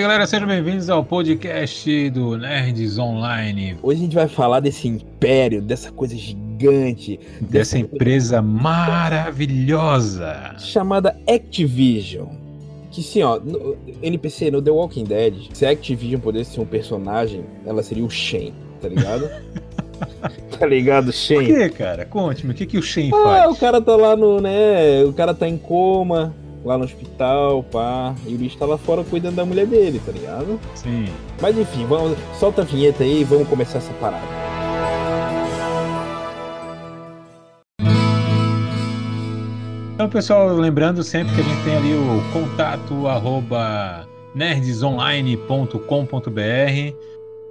galera, sejam bem-vindos ao podcast do Nerds Online. Hoje a gente vai falar desse império, dessa coisa gigante, Dessa empresa maravilhosa. chamada Activision. Que sim, ó, no- NPC no The Walking Dead, se a Activision pudesse ser um personagem, ela seria o Shen, tá ligado? tá ligado, Por Shen? que, cara? Conte-me, o que, que o Shen Ah, o faz? cara tá lá no, né, o cara tá em coma, lá no hospital, pá, e o bicho tá lá fora cuidando da mulher dele, tá ligado? Sim. Mas enfim, vamos, solta a vinheta aí e vamos começar essa parada. Então, pessoal, lembrando sempre que a gente tem ali o contato arroba nerdsonline.com.br.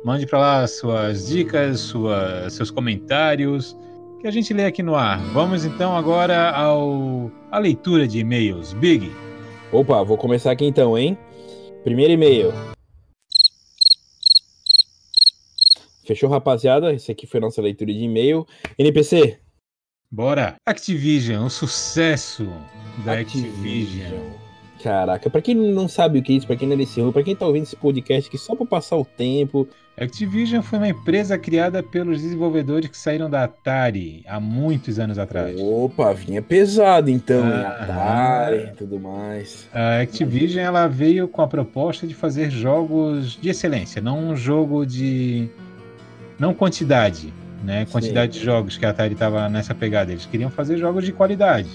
Mande pra lá suas dicas, sua- seus comentários, que a gente lê aqui no ar. Vamos então agora ao a leitura de e-mails. Big, Opa, vou começar aqui então, hein? Primeiro e-mail. Fechou, rapaziada? Esse aqui foi a nossa leitura de e-mail. NPC. bora. Activision, o sucesso da Activision. Caraca, pra quem não sabe o que é isso, pra quem não é desse ramo, pra quem tá ouvindo esse podcast aqui só pra passar o tempo, Activision foi uma empresa criada pelos desenvolvedores que saíram da Atari há muitos anos atrás. Opa, vinha pesado então, hein? Ah. Atari e tudo mais. A Activision ela veio com a proposta de fazer jogos de excelência, não um jogo de. não quantidade, né? Sim. Quantidade de jogos que a Atari estava nessa pegada. Eles queriam fazer jogos de qualidade.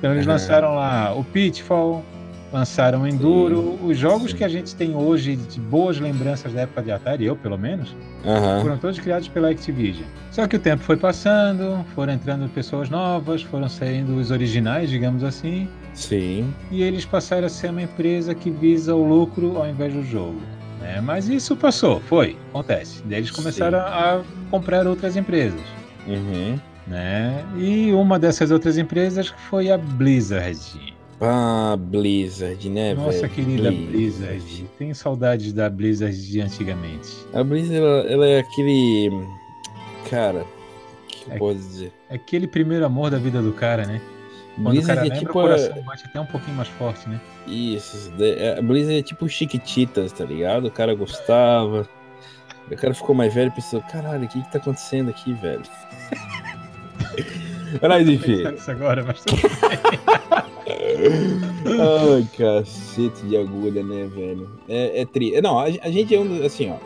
Então eles Aham. lançaram lá o Pitfall, lançaram o Enduro. Os jogos Sim. que a gente tem hoje de boas lembranças da época de Atari, eu pelo menos, Aham. foram todos criados pela Activision. Só que o tempo foi passando, foram entrando pessoas novas, foram saindo os originais, digamos assim, Sim. e eles passaram a ser uma empresa que visa o lucro ao invés do jogo. né? Mas isso passou, foi, acontece. Daí eles começaram Sim. a comprar outras empresas. Uhum. Né? E uma dessas outras empresas que foi a Blizzard. Ah, Blizzard, né, Nossa velho? querida Blizzard. Tem saudades da Blizzard de antigamente. A Blizzard, ela, ela é aquele. Cara, o que eu É- posso dizer? Aquele primeiro amor da vida do cara, né? Quando o cara Blizzard lembra, é tipo. o coração bate até um pouquinho mais forte, né? a- Isso, de- a Blizzard é tipo Chiquititas, tá ligado? O cara gostava. O cara ficou mais velho e pensou: caralho, o que que tá acontecendo aqui, velho? Mas enfim. Pensar nisso agora, mas Ai, cacete de agulha, né, velho? É, é tri. Não, a, a gente é um. Assim, ó.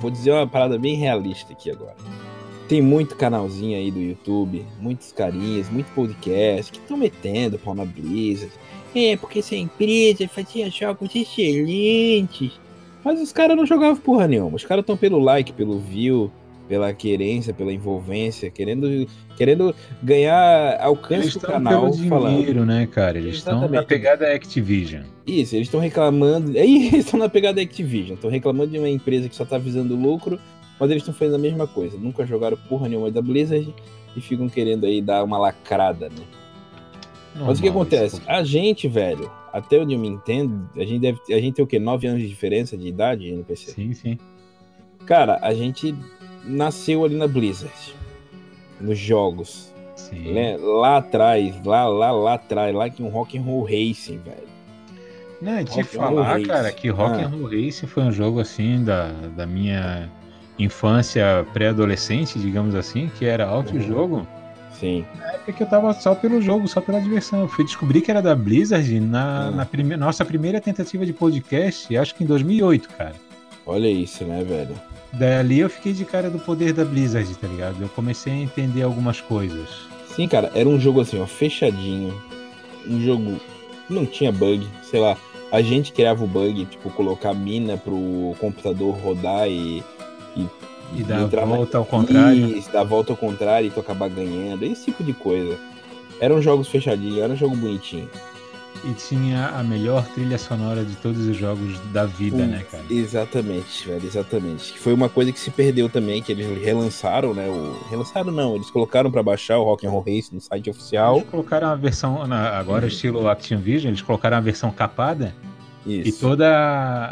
Vou dizer uma parada bem realista aqui agora. Tem muito canalzinho aí do YouTube, muitos carinhas, muito podcast que estão metendo pau na Blizzard. É, porque essa empresa fazia jogos excelentes. Mas os caras não jogavam porra nenhuma. Os caras estão pelo like, pelo view, pela querência, pela envolvência, querendo, querendo ganhar eles alcance do estão canal pelo falando. dinheiro, né, cara? Eles estão na Exatamente. pegada Activision. Isso, eles estão reclamando. Aí eles estão na pegada da Activision. Estão reclamando de uma empresa que só tá visando lucro, mas eles estão fazendo a mesma coisa. Nunca jogaram porra nenhuma da Blizzard e ficam querendo aí dar uma lacrada, né? mas o que Normal acontece? isso. A gente, velho, até onde eu me entendo, a gente deve. A gente tem o quê? 9 anos de diferença de idade no PC? Sim, sim. Cara, a gente nasceu ali na Blizzard. Nos jogos. sim. Né? Lá atrás, lá, lá, lá atrás, lá que um rock and roll racing, velho. Né, de Rock and falar, Roll cara, Race. que Rock Ah. and Roll Race foi um jogo assim da, da minha infância pré-adolescente, digamos assim, que era alto Uhum. jogo. Sim. Na época que eu tava só pelo jogo, só pela diversão. Eu fui descobrir que era da Blizzard na, Ah. na prime- nossa primeira tentativa de podcast, acho que em 2008, cara. Olha isso, né, velho? Daí ali eu fiquei de cara do poder da Blizzard, tá ligado? Eu comecei a entender algumas coisas. Sim, cara, era um jogo assim, ó, fechadinho. Um jogo. Não tinha bug, sei lá. A gente criava o bug, tipo, colocar mina pro computador rodar e. E, E dar a entrar na- volta ao contrário. Isso, dar a volta ao contrário e tu acabar ganhando, esse tipo de coisa. Eram jogos fechadinhos, era um jogo bonitinho. E tinha a melhor trilha sonora de todos os jogos da vida, Hum, né, cara? Exatamente, velho, exatamente. Que foi uma coisa que se perdeu também, que eles relançaram, né? O... Relançaram não, eles colocaram pra baixar o Rock and Roll Race no site oficial. Eles colocaram a versão, na- Uhum. agora estilo Activision, eles colocaram a versão capada e Isso. toda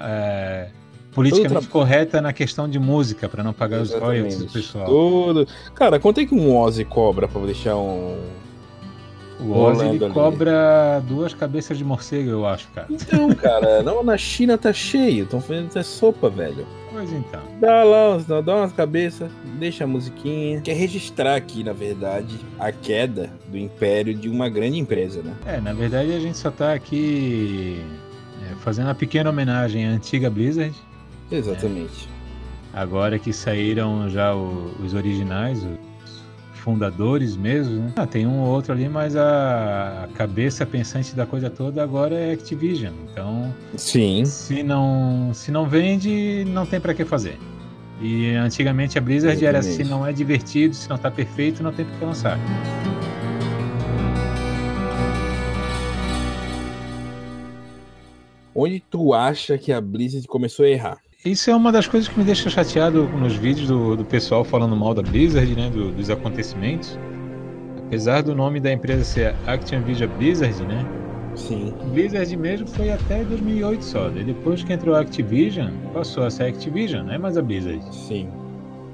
é, politicamente Todo tra- correta na questão de música, pra não pagar os royalties do Exatamente. pessoal. Todo... Cara, quanto é que um Ozzy cobra pra deixar um. O Oz ele Rolando ali. cobra duas cabeças de morcego, eu acho, cara. Então, cara, não, na China tá cheio, estão fazendo até sopa, velho. Pois então. Dá lá, uns- dá umas cabeças, deixa a musiquinha. Quer registrar aqui, na verdade, a queda do império de uma grande empresa, né? É, na verdade a gente só tá aqui é, fazendo uma pequena homenagem à antiga Blizzard. Exatamente. Agora que saíram já o- os originais, os fundadores mesmo, né? Ah, tem um ou outro ali, mas a a cabeça pensante da coisa toda agora é Activision. Então, Sim. se não, se não vende, não tem pra que fazer. E antigamente a Blizzard era se Exatamente. não é divertido, se não tá perfeito, não tem por que lançar. Onde tu acha que a Blizzard começou a errar? Isso é uma das coisas que me deixa chateado nos vídeos do, do pessoal falando mal da Blizzard, né? do- dos acontecimentos. Apesar do nome da empresa ser Activision Blizzard, né? Sim. Blizzard mesmo foi até 2008 só. Daí depois que entrou a Activision, passou a ser Activision, não é mais a Blizzard. Sim.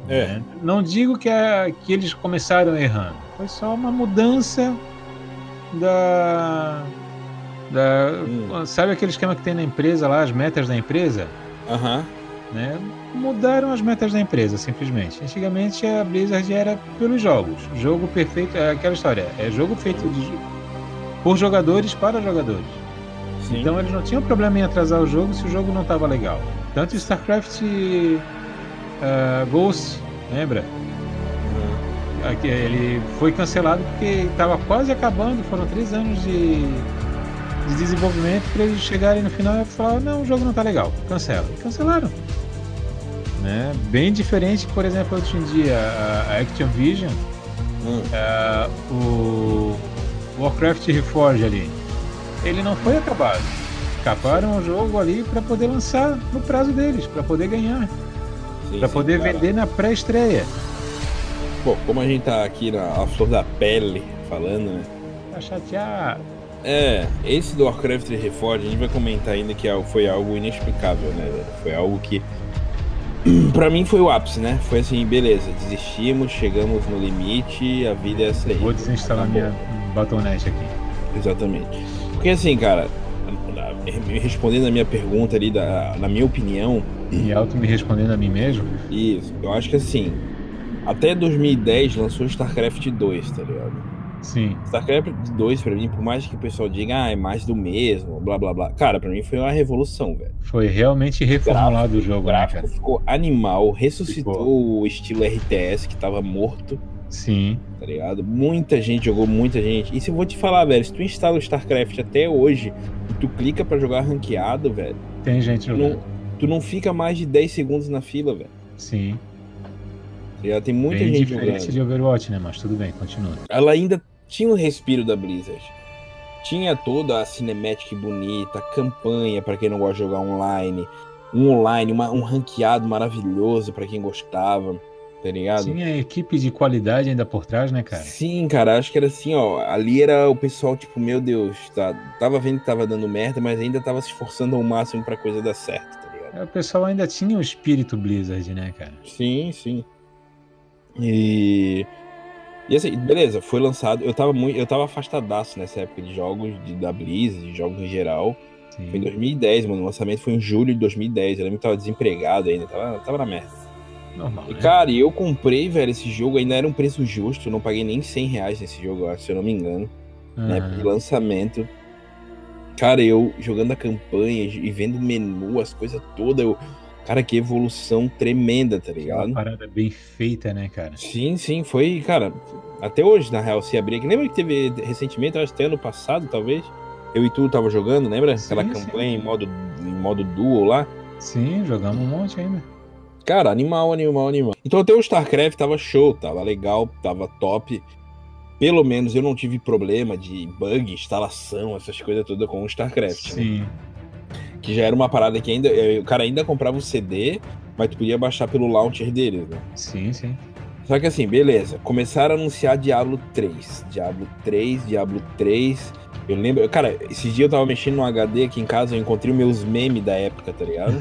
É. né? Não digo que, a- que eles começaram errando. Foi só uma mudança da. da Hum. Sabe aquele esquema que tem na empresa lá, as metas da empresa? Aham. né, mudaram as metas da empresa, simplesmente. Antigamente a Blizzard era pelos jogos. Jogo perfeito, é aquela história, é jogo feito de- por jogadores para jogadores. Sim. Então eles não tinham problema em atrasar o jogo se o jogo não estava legal. Tanto StarCraft ah, Ghost, lembra? Aham. Aqui, Ele foi cancelado porque estava quase acabando, foram três anos de, de desenvolvimento para eles chegarem no final e falar, não, o jogo não tá legal, cancela. E cancelaram. Né? Bem diferente, por exemplo, hoje em dia, a- a Activision, Hum. a- o Warcraft Reforged ali, ele não foi acabado. Caparam o jogo ali para poder lançar no prazo deles, para poder ganhar, Sim, para sim, poder cara. vender na pré-estreia. Pô, como a gente tá aqui na a flor da pele falando, né? Tá chateado. É, esse do Warcraft Reforged, a gente vai comentar ainda que é- foi algo inexplicável, né? velho? Foi algo que. Pra mim foi o ápice, né? Foi assim, beleza, desistimos, chegamos no limite, a vida é essa aí. Vou desinstalar Acabou. minha batonete aqui. Exatamente. Porque assim, cara, na- me respondendo a minha pergunta ali, da, na minha opinião, E alto me respondendo a mim mesmo. isso, eu acho que assim, até 2010 lançou StarCraft 2, tá ligado? Sim. StarCraft 2, pra mim, por mais que o pessoal diga, ah, é mais do mesmo, blá blá blá. Cara, pra mim foi uma revolução, velho. Foi realmente reformulado o O jogo, né, gráfico cara? ficou animal, ressuscitou Ficou. o estilo RTS que tava morto, Sim. tá ligado? Muita gente jogou, muita gente. E se eu vou te falar, velho, se tu instala o StarCraft até hoje e tu clica pra jogar ranqueado, velho, Tem gente tu jogando. não, tu não fica mais de 10 segundos na fila, velho. Sim. Tá ligado? Tem muita Bem gente diferente jogando. de Overwatch, né? Mas tudo bem, continua. ela ainda tinha o respiro da Blizzard. Tinha toda a cinemática bonita, a campanha pra quem não gosta de jogar online, um online, uma- um ranqueado maravilhoso pra quem gostava, tá ligado? Tinha equipe de qualidade ainda por trás, né, cara? Sim, cara, acho que era assim, ó. Ali era o pessoal, tipo, meu Deus, tá, tava vendo que tava dando merda, mas ainda tava se esforçando ao máximo pra coisa dar certo, tá ligado? É, O pessoal ainda tinha o espírito Blizzard, né, cara? Sim, sim. E. E assim, beleza, foi lançado. Eu tava muito. Eu tava afastadaço nessa época de jogos, de, da Blizzard, de jogos em geral. Foi em Sim. 2010, mano. O lançamento foi em julho de 2010. Eu lembro que eu tava desempregado ainda, tava, tava na merda. Normal, E, né? cara, e eu comprei, velho, esse jogo, ainda era um preço justo, eu não paguei nem 100 reais nesse jogo, eu acho, se eu não me engano, na época de Aham. lançamento. Cara, eu jogando a campanha e vendo o menu, as coisas todas, eu. Cara, que evolução tremenda, tá ligado? Uma parada bem feita, né, cara? Sim, sim, foi, cara, até hoje, na real, se abrir aqui. Lembra que teve recentemente, eu acho que até ano passado, talvez? Eu e tu tava jogando, lembra? Sim, Aquela sim. campanha em modo, em modo duo lá. Sim, jogamos um monte ainda. Cara, animal, animal, animal. Então até o StarCraft tava show, tava legal, tava top. Pelo menos eu não tive problema de bug, instalação, essas coisas todas com o StarCraft. né? Sim. Que já era uma parada que ainda. eh, O cara ainda comprava o CD, mas tu podia baixar pelo launcher deles, né? Sim, sim. Só que assim, beleza. Começaram a anunciar Diablo 3. Diablo 3, Diablo 3. Eu lembro. Cara, esses dias eu tava mexendo no HD aqui em casa, eu encontrei os meus memes da época, tá ligado?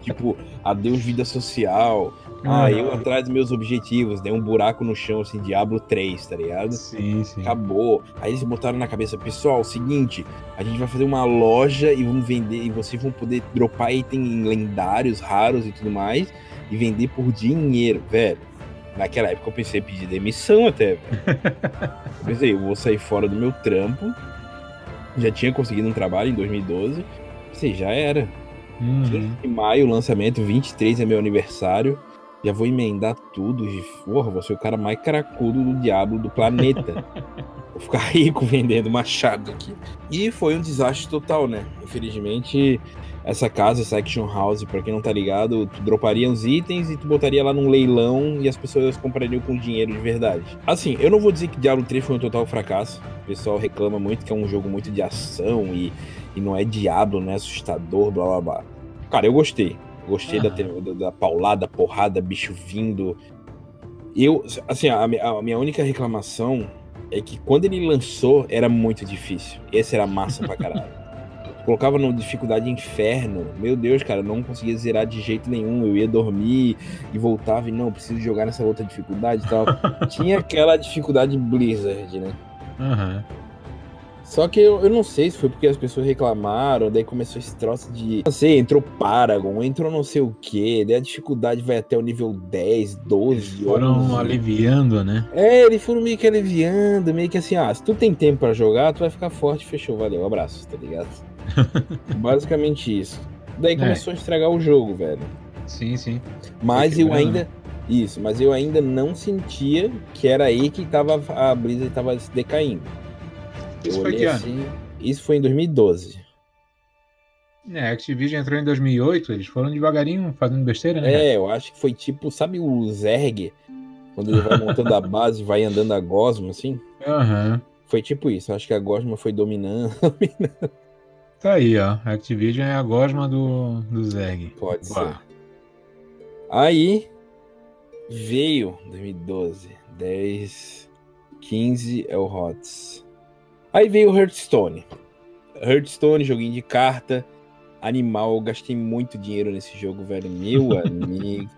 tipo, adeus vida social. Uhum. Ah, eu atrás dos meus objetivos, dei um buraco no chão, assim, Diablo 3, tá ligado? Sim, sim. Acabou. Aí eles botaram na cabeça, pessoal, é seguinte, a gente vai fazer uma loja e vamos vender, e vocês vão poder dropar item lendários, raros e tudo mais, e vender por dinheiro, velho. Naquela época eu pensei em pedir demissão até, velho. Eu pensei, eu vou sair fora do meu trampo. Já tinha conseguido um trabalho em 2012. Pensei, já era. Uhum. 15 de maio, lançamento, 23 é meu aniversário. Já vou emendar tudo. e, Porra, vou ser o cara mais caracudo do diabo do planeta. vou ficar rico vendendo machado aqui. E foi um desastre total, né? Infelizmente, essa casa, essa Action House, pra quem não tá ligado, tu droparia uns itens e tu botaria lá num leilão e as pessoas comprariam com dinheiro de verdade. Assim, eu não vou dizer que Diablo 3 foi um total fracasso. O pessoal reclama muito que é um jogo muito de ação e, e não é Diablo, não é assustador, blá blá blá. Cara, eu gostei. Gostei da, te- da, da paulada, porrada, bicho vindo. Eu, assim, a, mi- a minha única reclamação é que quando ele lançou era muito difícil. Esse era massa pra caralho. Colocava numa dificuldade inferno. Meu Deus, cara, eu não conseguia zerar de jeito nenhum. Eu ia dormir e voltava e não, preciso jogar nessa outra dificuldade e tal. Tinha aquela dificuldade Blizzard, né? Aham. Só que eu, eu não sei se foi porque as pessoas reclamaram, daí começou esse troço de. Não sei, entrou Paragon, entrou não sei o que, daí a dificuldade vai até o nível 10, 12, Foram 11. aliviando, né? É, eles foram meio que aliviando, meio que assim, ah, se tu tem tempo pra jogar, tu vai ficar forte, fechou, valeu, abraço, tá ligado? Basicamente isso. É. Daí começou a estragar o jogo, velho. Sim, sim. Mas Foi eu quebrando, ainda. Isso, mas eu ainda não sentia que era aí que tava, a brisa tava se decaindo. Isso eu foi olhei que ano? assim. Isso foi em 2012. É, a Activision entrou em 2008, eles foram devagarinho fazendo besteira, né? cara? É, eu acho que foi tipo, sabe o Zerg? Quando ele vai montando a base, vai andando a gosma, assim? Aham. Foi tipo isso. eu Acho que a gosma foi dominando. Tá aí, ó. A Activision é a gosma do, do Zeg. Pode ser. Uau. Aí veio 2012, 10, 15 é o HOTS. Aí veio o Hearthstone. Hearthstone, joguinho de carta, animal, eu gastei muito dinheiro nesse jogo, velho, meu amigo.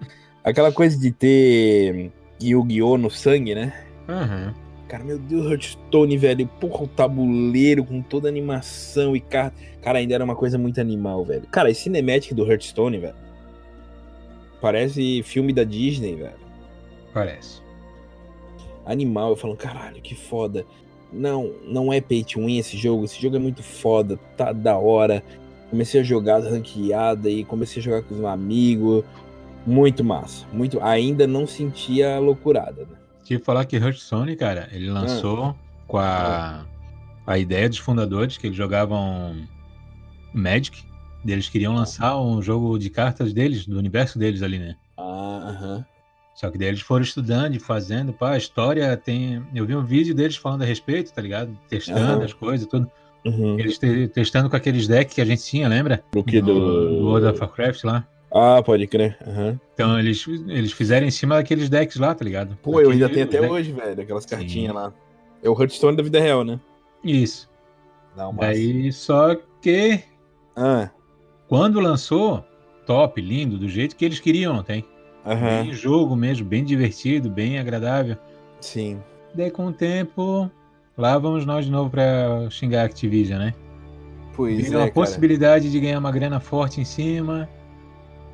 Aquela coisa de ter Yu-Gi-Oh no sangue, né? Aham. Cara, meu Deus, Hearthstone, velho. Porra, o tabuleiro com toda a animação e carta. Cara, ainda era uma coisa muito animal, velho. Cara, e cinemática do Hearthstone, velho. Parece filme da Disney, velho. Parece. Animal. Eu falo, caralho, que foda. Não, não é pay to win esse jogo. Esse jogo é muito foda. Tá da hora. Comecei a jogar ranqueada e comecei a jogar com os meus amigos. Muito massa. Muito. Ainda não sentia a loucurada, né? Tive que falar que Hearthstone, cara, ele Hum. lançou com a, a ideia dos fundadores que eles jogavam Magic. e Eles queriam lançar um jogo de cartas deles, do universo deles ali, né? Ah, aham. Só que daí eles foram estudando e fazendo, pá, a história tem. Eu vi um vídeo deles falando a respeito, tá ligado? Testando Aham. as coisas, tudo. Uhum. Eles te- testando com aqueles decks que a gente tinha, lembra? O que Do World of Warcraft lá. Ah, pode crer. Aham. Então eles, eles fizeram em cima daqueles decks lá, tá ligado? Pô, eu ainda Aquele- tenho até deck- hoje, velho, aquelas né? Sim. cartinhas lá. É o Hearthstone da vida real, né? Isso. Não, Daí só que Ah, quando lançou, top, lindo, do jeito que eles queriam, não tem? aham. Bem jogo mesmo, bem divertido, bem agradável. Sim. Daí com o tempo, lá vamos nós de novo pra xingar a Activision, né? Pois Viram é, a possibilidade de ganhar uma grana forte em cima,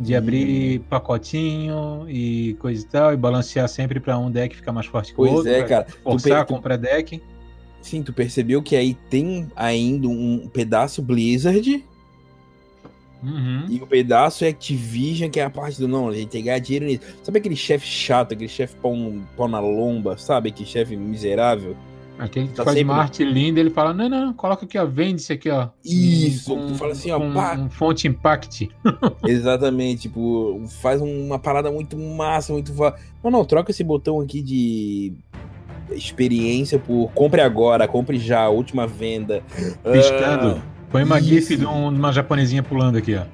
de Hum. abrir pacotinho e coisa e tal, e balancear sempre pra um deck ficar mais forte que Pois o outro. é, pra cara. Tu Forçar pe- a tu- comprar deck. cara. Sim, tu percebeu que aí tem ainda um pedaço Blizzard Uhum. e o pedaço Activision, que é a parte do não, a gente tem que ganhar dinheiro nisso. Sabe aquele chefe chato, aquele chefe pau, pau na lomba, sabe? Que chefe miserável? Aquele que Tá faz sempre- uma arte linda, ele fala: não, não, coloca aqui, ó, vende isso aqui, ó. Isso, Com- tu fala assim, ó, com pá. um fonte impact. Exatamente, tipo, faz uma parada muito massa, muito. va- Não, não, troca esse botão aqui de experiência por compre agora, compre já, última venda. Ah, Piscando. Põe uma isso. gif de, um- de uma japonesinha pulando aqui, ó. Ah,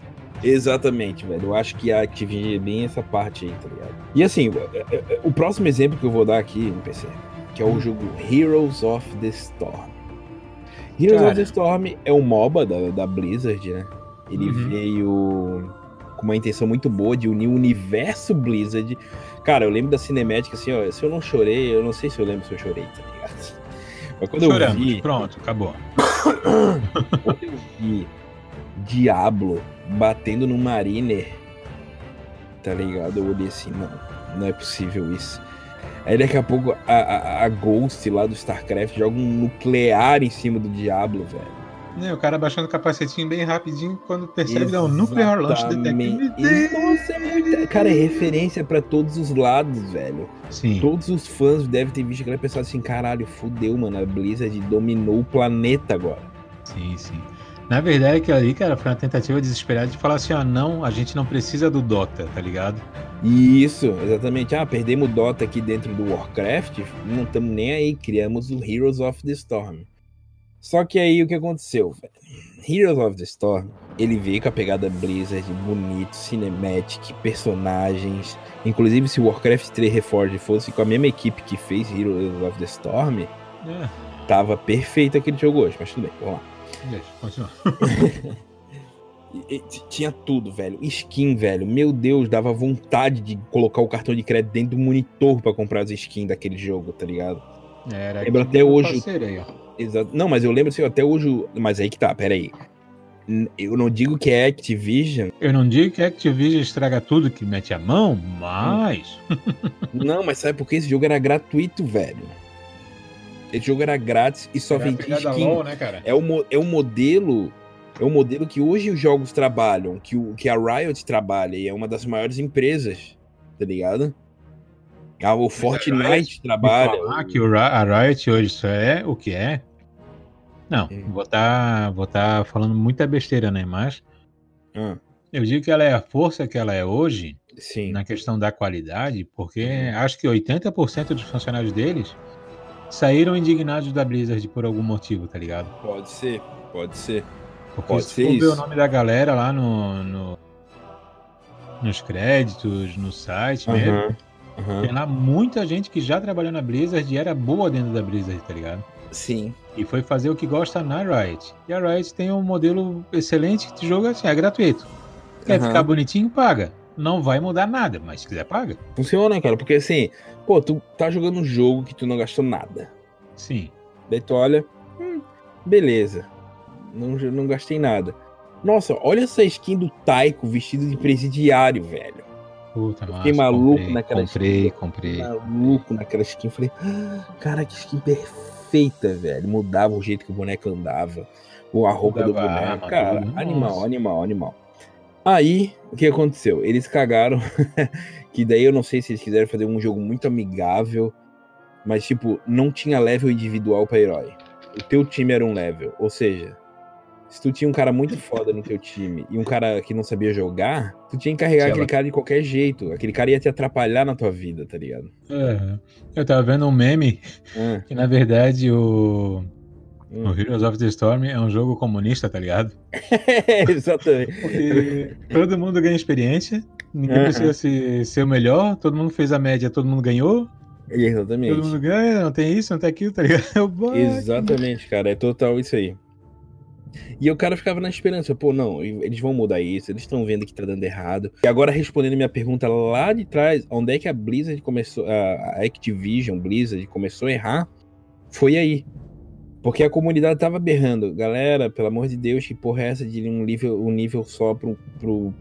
exatamente, velho. Eu acho que a Activision é bem essa parte aí, tá ligado? E assim, o próximo exemplo que eu vou dar aqui no PC, que é Hum. o jogo Heroes of the Storm. Heroes Cara. of the Storm é um MOBA da, da Blizzard, né? Ele Uhum. veio com uma intenção muito boa de unir o universo Blizzard. Cara, eu lembro da cinemática assim, ó, se eu não chorei, eu não sei se eu lembro se eu chorei, tá ligado? Mas quando Choramos, tipo, eu vi, pronto, acabou. quando eu vi Diablo batendo no Mariner, tá ligado? Eu olhei assim, não, não é possível isso. Aí daqui a pouco a, a- a Ghost lá do StarCraft joga um nuclear em cima do Diablo, velho. Né, o cara baixando o capacetinho bem rapidinho, quando percebe, dá um nuclear launch Exatamente. detector. Nossa, é muita... Cara, é referência pra todos os lados, velho. Sim. Todos os fãs devem ter visto aquela pessoa assim, caralho, fudeu, mano. A Blizzard dominou o planeta agora. Sim, sim. Na verdade, aquilo ali, cara, foi uma tentativa desesperada de falar assim, ó, não, a gente não precisa do Dota, tá ligado? E Isso, exatamente. Ah, perdemos o Dota aqui dentro do Warcraft, não estamos nem aí, criamos o Heroes of the Storm. Só que aí o que aconteceu? velho? Heroes of the Storm, ele veio com a pegada Blizzard, bonito, cinematic, personagens. Inclusive, se o Warcraft 3 Reforged fosse com a mesma equipe que fez Heroes of the Storm, É, tava perfeito aquele jogo hoje, mas tudo bem, vamos lá. deixa, continua. E- e t- Tinha tudo, velho. Skin, velho. Meu Deus, dava vontade de colocar o cartão de crédito dentro do monitor pra comprar as skins daquele jogo, tá ligado? Era Lembra aquele até hoje o- parceiro aí, ó. Exato. Não, mas eu lembro assim, até hoje. o- Mas aí que tá, peraí. N- Eu não digo que é Activision. Eu não digo que a Activision estraga tudo que mete a mão, mas. Hum. não, mas sabe por que esse jogo era gratuito, velho? Esse jogo era grátis e só Era é a vendia pegada skin. LOL, né, cara? é o, mo- é o modelo é o modelo que hoje os jogos trabalham, que, o, que a Riot trabalha e é uma das maiores empresas, tá ligado? Ah, o Fortnite Me trabalha. falar que o Ri- a Riot hoje só é o que é. Não, É. vou estar vou tá falando muita besteira, né? Mas Ah, eu digo que ela é a força que ela é hoje. sim. na questão da qualidade, porque acho que 80% dos funcionários deles saíram indignados da Blizzard por algum motivo, tá ligado? Pode ser, pode ser. Porque Pode se ser for ver isso. o nome da galera lá no, no- nos créditos, no site mesmo, Aham, aham. tem lá muita gente que já trabalhou na Blizzard e era boa dentro da Blizzard, tá ligado? Sim. E foi fazer o que gosta na Riot. E a Riot tem um modelo excelente que o jogo é assim, é gratuito. Quer Aham. ficar bonitinho, paga. Não vai mudar nada, mas se quiser, paga. Funciona, cara, porque assim, pô, tu tá jogando um jogo que tu não gastou nada. Sim. Daí tu olha, hum, beleza, não, não gastei nada. Nossa, olha essa skin do Taiko vestido de presidiário, velho. Puta, Fiquei massa, maluco né, comprei, naquela Comprei, esquina. comprei. maluco naquela skin. Falei, "Ah, cara, que skin perfeita, velho. Mudava o jeito que o boneco andava, ou a roupa do Mudava a boneco. arma, cara, tudo. animal, Nossa. animal, animal. Aí, o que aconteceu? Eles cagaram. que daí eu não sei se eles quiseram fazer um jogo muito amigável, mas tipo, não tinha level individual pra herói. O teu time era um level, ou seja. Se tu tinha um cara muito foda no teu time e um cara que não sabia jogar, tu tinha que carregar Sei aquele lá. cara de qualquer jeito. Aquele cara ia te atrapalhar na tua vida, tá ligado? É, eu tava vendo um meme Ah, que, na verdade, o, hum. o Heroes of the Storm é um jogo comunista, tá ligado? Exatamente. Porque todo mundo ganha experiência, ninguém Aham. precisa se, ser o melhor, todo mundo fez a média, todo mundo ganhou, todo Exatamente. mundo ganha, não tem isso, não tem aquilo, tá ligado? Eu, "Bah, Exatamente, cara. É total isso aí. E o cara ficava na esperança, pô, não, eles vão mudar isso, eles estão vendo que tá dando errado. E agora, respondendo minha pergunta lá de trás, onde é que a Blizzard começou, a a Activision Blizzard começou a errar, foi aí. Porque a comunidade tava berrando, galera, pelo amor de Deus, que porra é essa de um nível, um nível só pro, pro,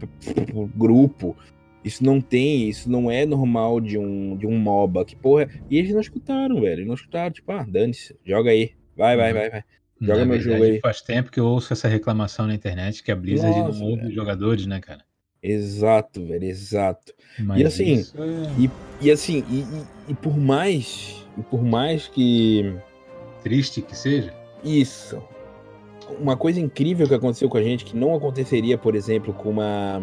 pro grupo? Isso não tem, isso não é normal de um, de um MOBA, que porra é? E eles não escutaram, velho, eles não escutaram, tipo, ah, dane-se, joga aí, vai, vai, Uhum. vai, vai. na Joga meu jogo aí. Faz tempo que eu ouço essa reclamação na internet que a Blizzard Nossa, não ouve os jogadores, né, cara? Exato, velho, exato. Mas assim, isso é E assim, e, e- e por mais, e por mais que triste que seja. isso, uma coisa incrível que aconteceu com a gente que não aconteceria, por exemplo, com uma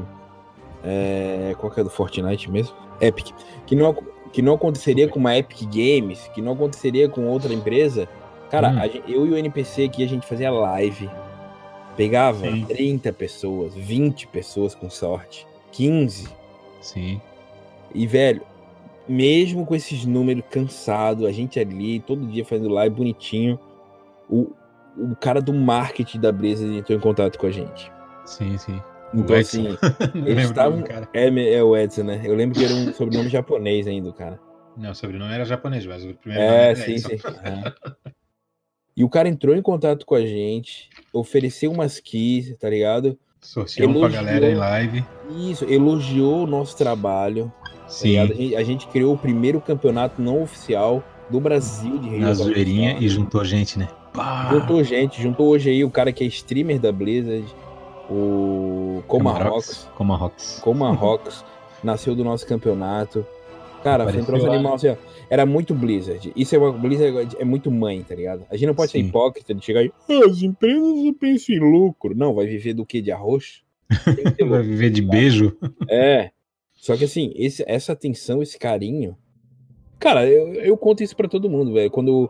é, qual que é do Fortnite mesmo? Epic, que não ac- que não aconteceria com uma Epic Games, que não aconteceria com outra empresa. Cara, Hum. a gen- eu e o NPC aqui a gente fazia live. Pegava Sim. 30 pessoas, 20 pessoas com sorte, 15. Sim. E, velho, mesmo com esses números cansado, a gente ali, todo dia fazendo live bonitinho, o, o cara do marketing da Blizzard entrou em contato com a gente. Sim, sim. Então, assim, Não lembro o eles nome estavam. do cara. É, me- é o Edson, né? Eu lembro que era um sobrenome japonês ainda, o cara. Não, o sobrenome era japonês, mas o primeiro nome É, era sim, Edson. sim. Aham. E o cara entrou em contato com a gente, ofereceu umas keys, tá ligado? Sorteamos pra Elogiou. galera em live. Isso, elogiou o nosso trabalho. tá Sim, ligado? A gente, a gente criou o primeiro campeonato não oficial do Brasil de Rio. na zoeirinha e juntou gente, né? Juntou gente, juntou hoje aí o cara que é streamer da Blizzard, o Comarrox. Comarrox. Comarrox nasceu do nosso campeonato. Cara, foi um Apareceu troço lá, animal, assim, ó. Era muito Blizzard. Isso é uma Blizzard é muito mãe, tá ligado? A gente não pode ser Sim. hipócrita de chegar e "Ah, as empresas não pensam em lucro. Não, vai viver do que? De arroz? Tem que ter Vai lucro. viver de beijo? é. Só que assim, esse- essa atenção, esse carinho. Cara, eu, eu conto isso pra todo mundo, velho. Quando.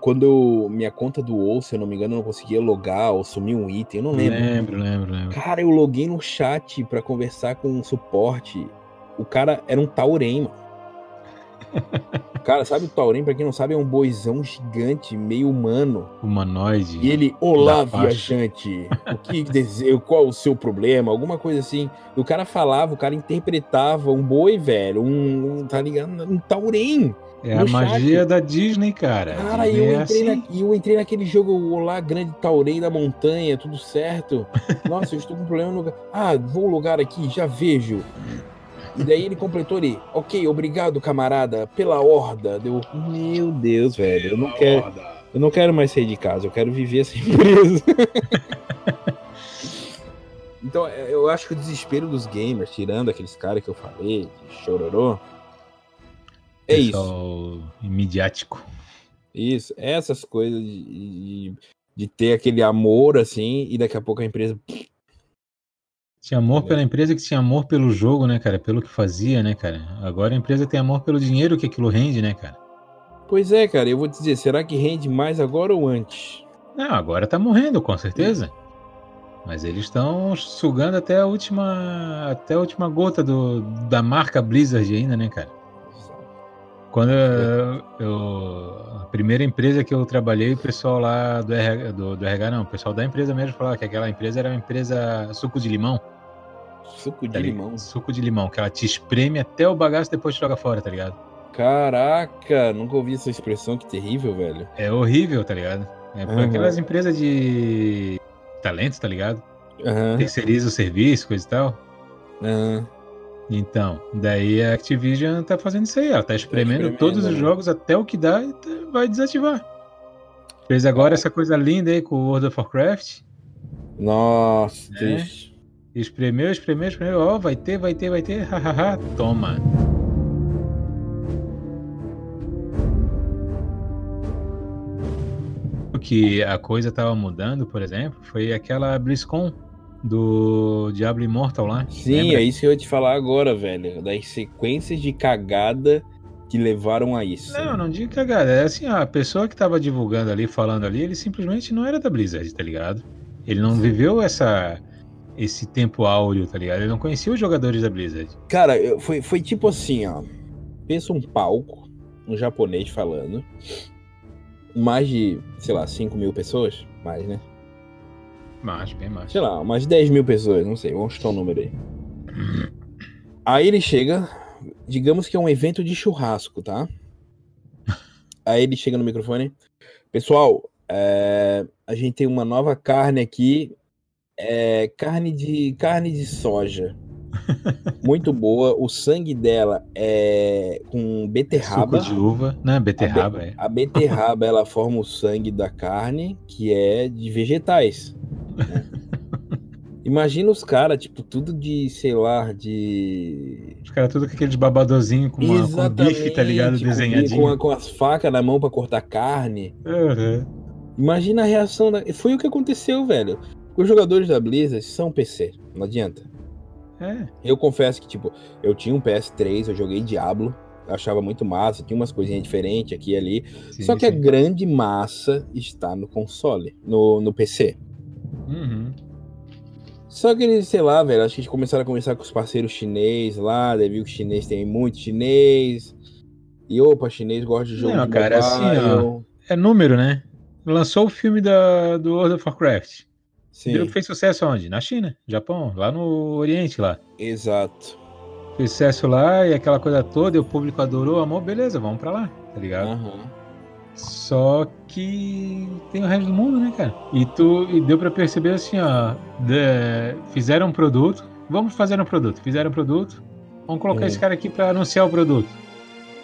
Quando minha conta do WoW, se eu não me engano, eu não conseguia logar ou sumir um item, eu não lembro. Lembro, lembro, lembro. Cara, eu loguei no chat pra conversar com o suporte. O cara era um taurém, mano. Cara, sabe o taurém, pra quem não sabe, é um boizão gigante, meio humano. Humanoide. E ele, olá, Da faixa. viajante, o que desejo, qual o seu problema, alguma coisa assim. E o cara falava, o cara interpretava um boi, velho, um, um, tá ligado? Um taurém. É a no magia chat. da Disney, cara. Cara, Disney e eu, é entrei assim. na- e eu entrei naquele jogo Olá, grande taurei da montanha, tudo certo. Nossa, eu estou com um problema no. Ah, vou lugar aqui, já vejo. E daí ele completou ali. Ok, obrigado, camarada, pela horda. Deu. Meu Deus, velho, eu não quero, eu não quero mais sair de casa, eu quero viver essa empresa. então, é, eu acho que o desespero dos gamers, tirando aqueles caras que eu falei, de chororô, é isso. Pessoal midiático. Isso, essas coisas de, de, de ter aquele amor assim, e daqui a pouco a empresa. Tinha amor pela empresa que tinha amor pelo jogo, né, cara? Pelo que fazia, né, cara? Agora a empresa tem amor pelo dinheiro que aquilo rende, né, cara? Pois é, cara, eu vou te dizer, será que rende mais agora ou antes? Não, agora tá morrendo, com certeza. Mas eles estão sugando até a última, até a última gota do, da marca Blizzard ainda, né, cara? Quando É. eu, eu- a primeira empresa que eu trabalhei, o pessoal lá do RH, do, do RH não, o pessoal da empresa mesmo falava que aquela empresa era uma empresa suco de limão. Suco de tá ligado? limão. Suco de limão, que ela te espreme até o bagaço e depois te joga fora, tá ligado? Caraca, nunca ouvi essa expressão, que terrível, velho. É horrível, tá ligado? É pra Uhum. aquelas empresas de talentos, tá ligado? Aham, Terceiriza o serviço, coisa e tal. aham. Então, daí a Activision tá fazendo isso aí, ela tá espremendo, espremendo, todos os né? jogos até o que dá e tá- vai desativar. Fez agora essa coisa linda aí com o World of Warcraft. Nossa, É. triste. Espremeu, espremeu, espremeu. Ó, vai ter, vai ter, vai ter. Hahaha, toma. O que a coisa tava mudando, por exemplo, foi aquela BlizzCon do Diablo Immortal lá. Sim, é isso que eu ia te falar agora, velho. Das sequências de cagada que levaram a isso. Não, não digo cagada. É assim, a pessoa que tava divulgando ali, falando ali, ele simplesmente não era da Blizzard, tá ligado? Ele não viveu essa esse tempo áureo, tá ligado? Ele não conhecia os jogadores da Blizzard. Cara, eu- foi, foi tipo assim, ó. Pensa um palco, um japonês falando. Mais de, sei lá, 5 mil pessoas? Mais, né? Mas, bem mais. Sei lá, umas 10 mil pessoas, não sei, vamos chutar o número aí. Aí ele chega, digamos que é um evento de churrasco, tá? Aí ele chega no microfone. Pessoal, é, a gente tem uma nova carne aqui. É, carne de carne de soja. Muito boa. O sangue dela é com beterraba. Suco de uva. Não, beterraba, é. A beterraba ela forma o sangue da carne, que é de vegetais. né? Imagina os caras, tipo, tudo de, sei lá, de. Os caras tudo com aqueles babadozinhos com, uma, com bife, tá ligado? Exatamente, com- um Desenhadinho. Com, a- com as facas na mão pra cortar carne. Uhum. Imagina a reação da. Foi o que aconteceu, velho. Os jogadores da Blizzard são PC, não adianta. É. Eu confesso que, tipo, eu tinha um PS3, eu joguei Diablo, eu achava muito massa, tinha umas coisinhas diferentes aqui e ali. sim, Só que é a sim. grande massa está no console, no, no PC. Uhum. Só que eles, sei lá, velho, acho que eles começaram a conversar com os parceiros chinês lá, daí viu que chinês tem muito chinês. E opa, chinês gosta de jogo Não, de cara, assim, ó. mobile. É número, né? Lançou o filme da, do World of Warcraft. O jogo fez sucesso onde? Na China, Japão, lá no Oriente lá. Exato. Fez sucesso lá e aquela coisa toda, e o público adorou, amou, beleza, vamos pra lá, tá ligado? Aham. Só que tem o resto do mundo, né, cara? E tu e deu pra perceber assim, ó, da- fizeram um produto, vamos fazer um produto, fizeram um produto, vamos colocar Uhum. esse cara aqui pra anunciar o produto.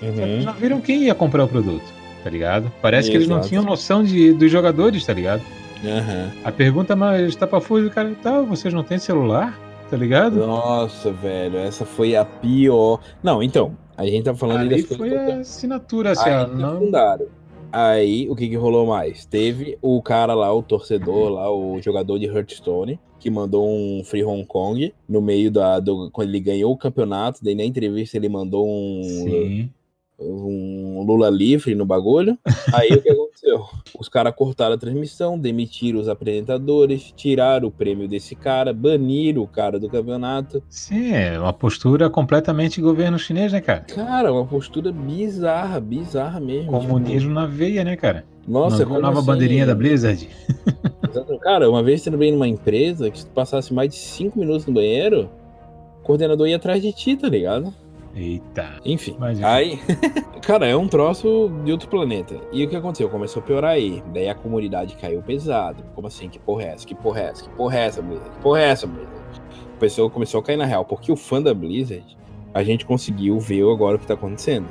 Só que eles Uhum. não viram quem ia comprar o produto, tá ligado? Parece que eles não Exato. tinham noção de, dos jogadores, tá ligado? Aham. A pergunta mais tapafúzio, cara, tal, vocês não têm celular, tá ligado? Nossa, velho, essa foi a pior. Não, então, a gente tá falando ali Ali das coisas foi que eu- a assinatura, assim, ó, Aí né? não... afundaram. Aí, o que que rolou mais? Teve o cara lá, o torcedor lá, o jogador de Hearthstone, que mandou um Free Hong Kong no meio da. do- quando ele ganhou o campeonato, daí na entrevista ele mandou um, Sim. um Lula livre no bagulho. Aí o que aconteceu? Os caras cortaram a transmissão, demitiram os apresentadores, tiraram o prêmio desse cara, baniram o cara do campeonato. Sim, é uma postura completamente governo chinês, né, cara? Cara, uma postura bizarra, bizarra mesmo. Comunismo na veia, né, cara? Tipo, nossa, Lançou a como nova assim? bandeirinha da Blizzard. Exato. Cara, uma vez trabalhei numa empresa que se tu passasse mais de 5 minutos no banheiro, o coordenador ia atrás de ti, tá ligado? Eita. Enfim. Mas, Aí, cara, é um troço de outro planeta. E o que aconteceu? Começou a piorar aí. Daí a comunidade caiu pesado. Como assim? Que porra é essa? Que porra é essa? Que porra é essa, Blizzard? Que porra é essa, Blizzard? O pessoal começou a cair na real. Porque o fã da Blizzard, a gente conseguiu ver agora o que tá acontecendo.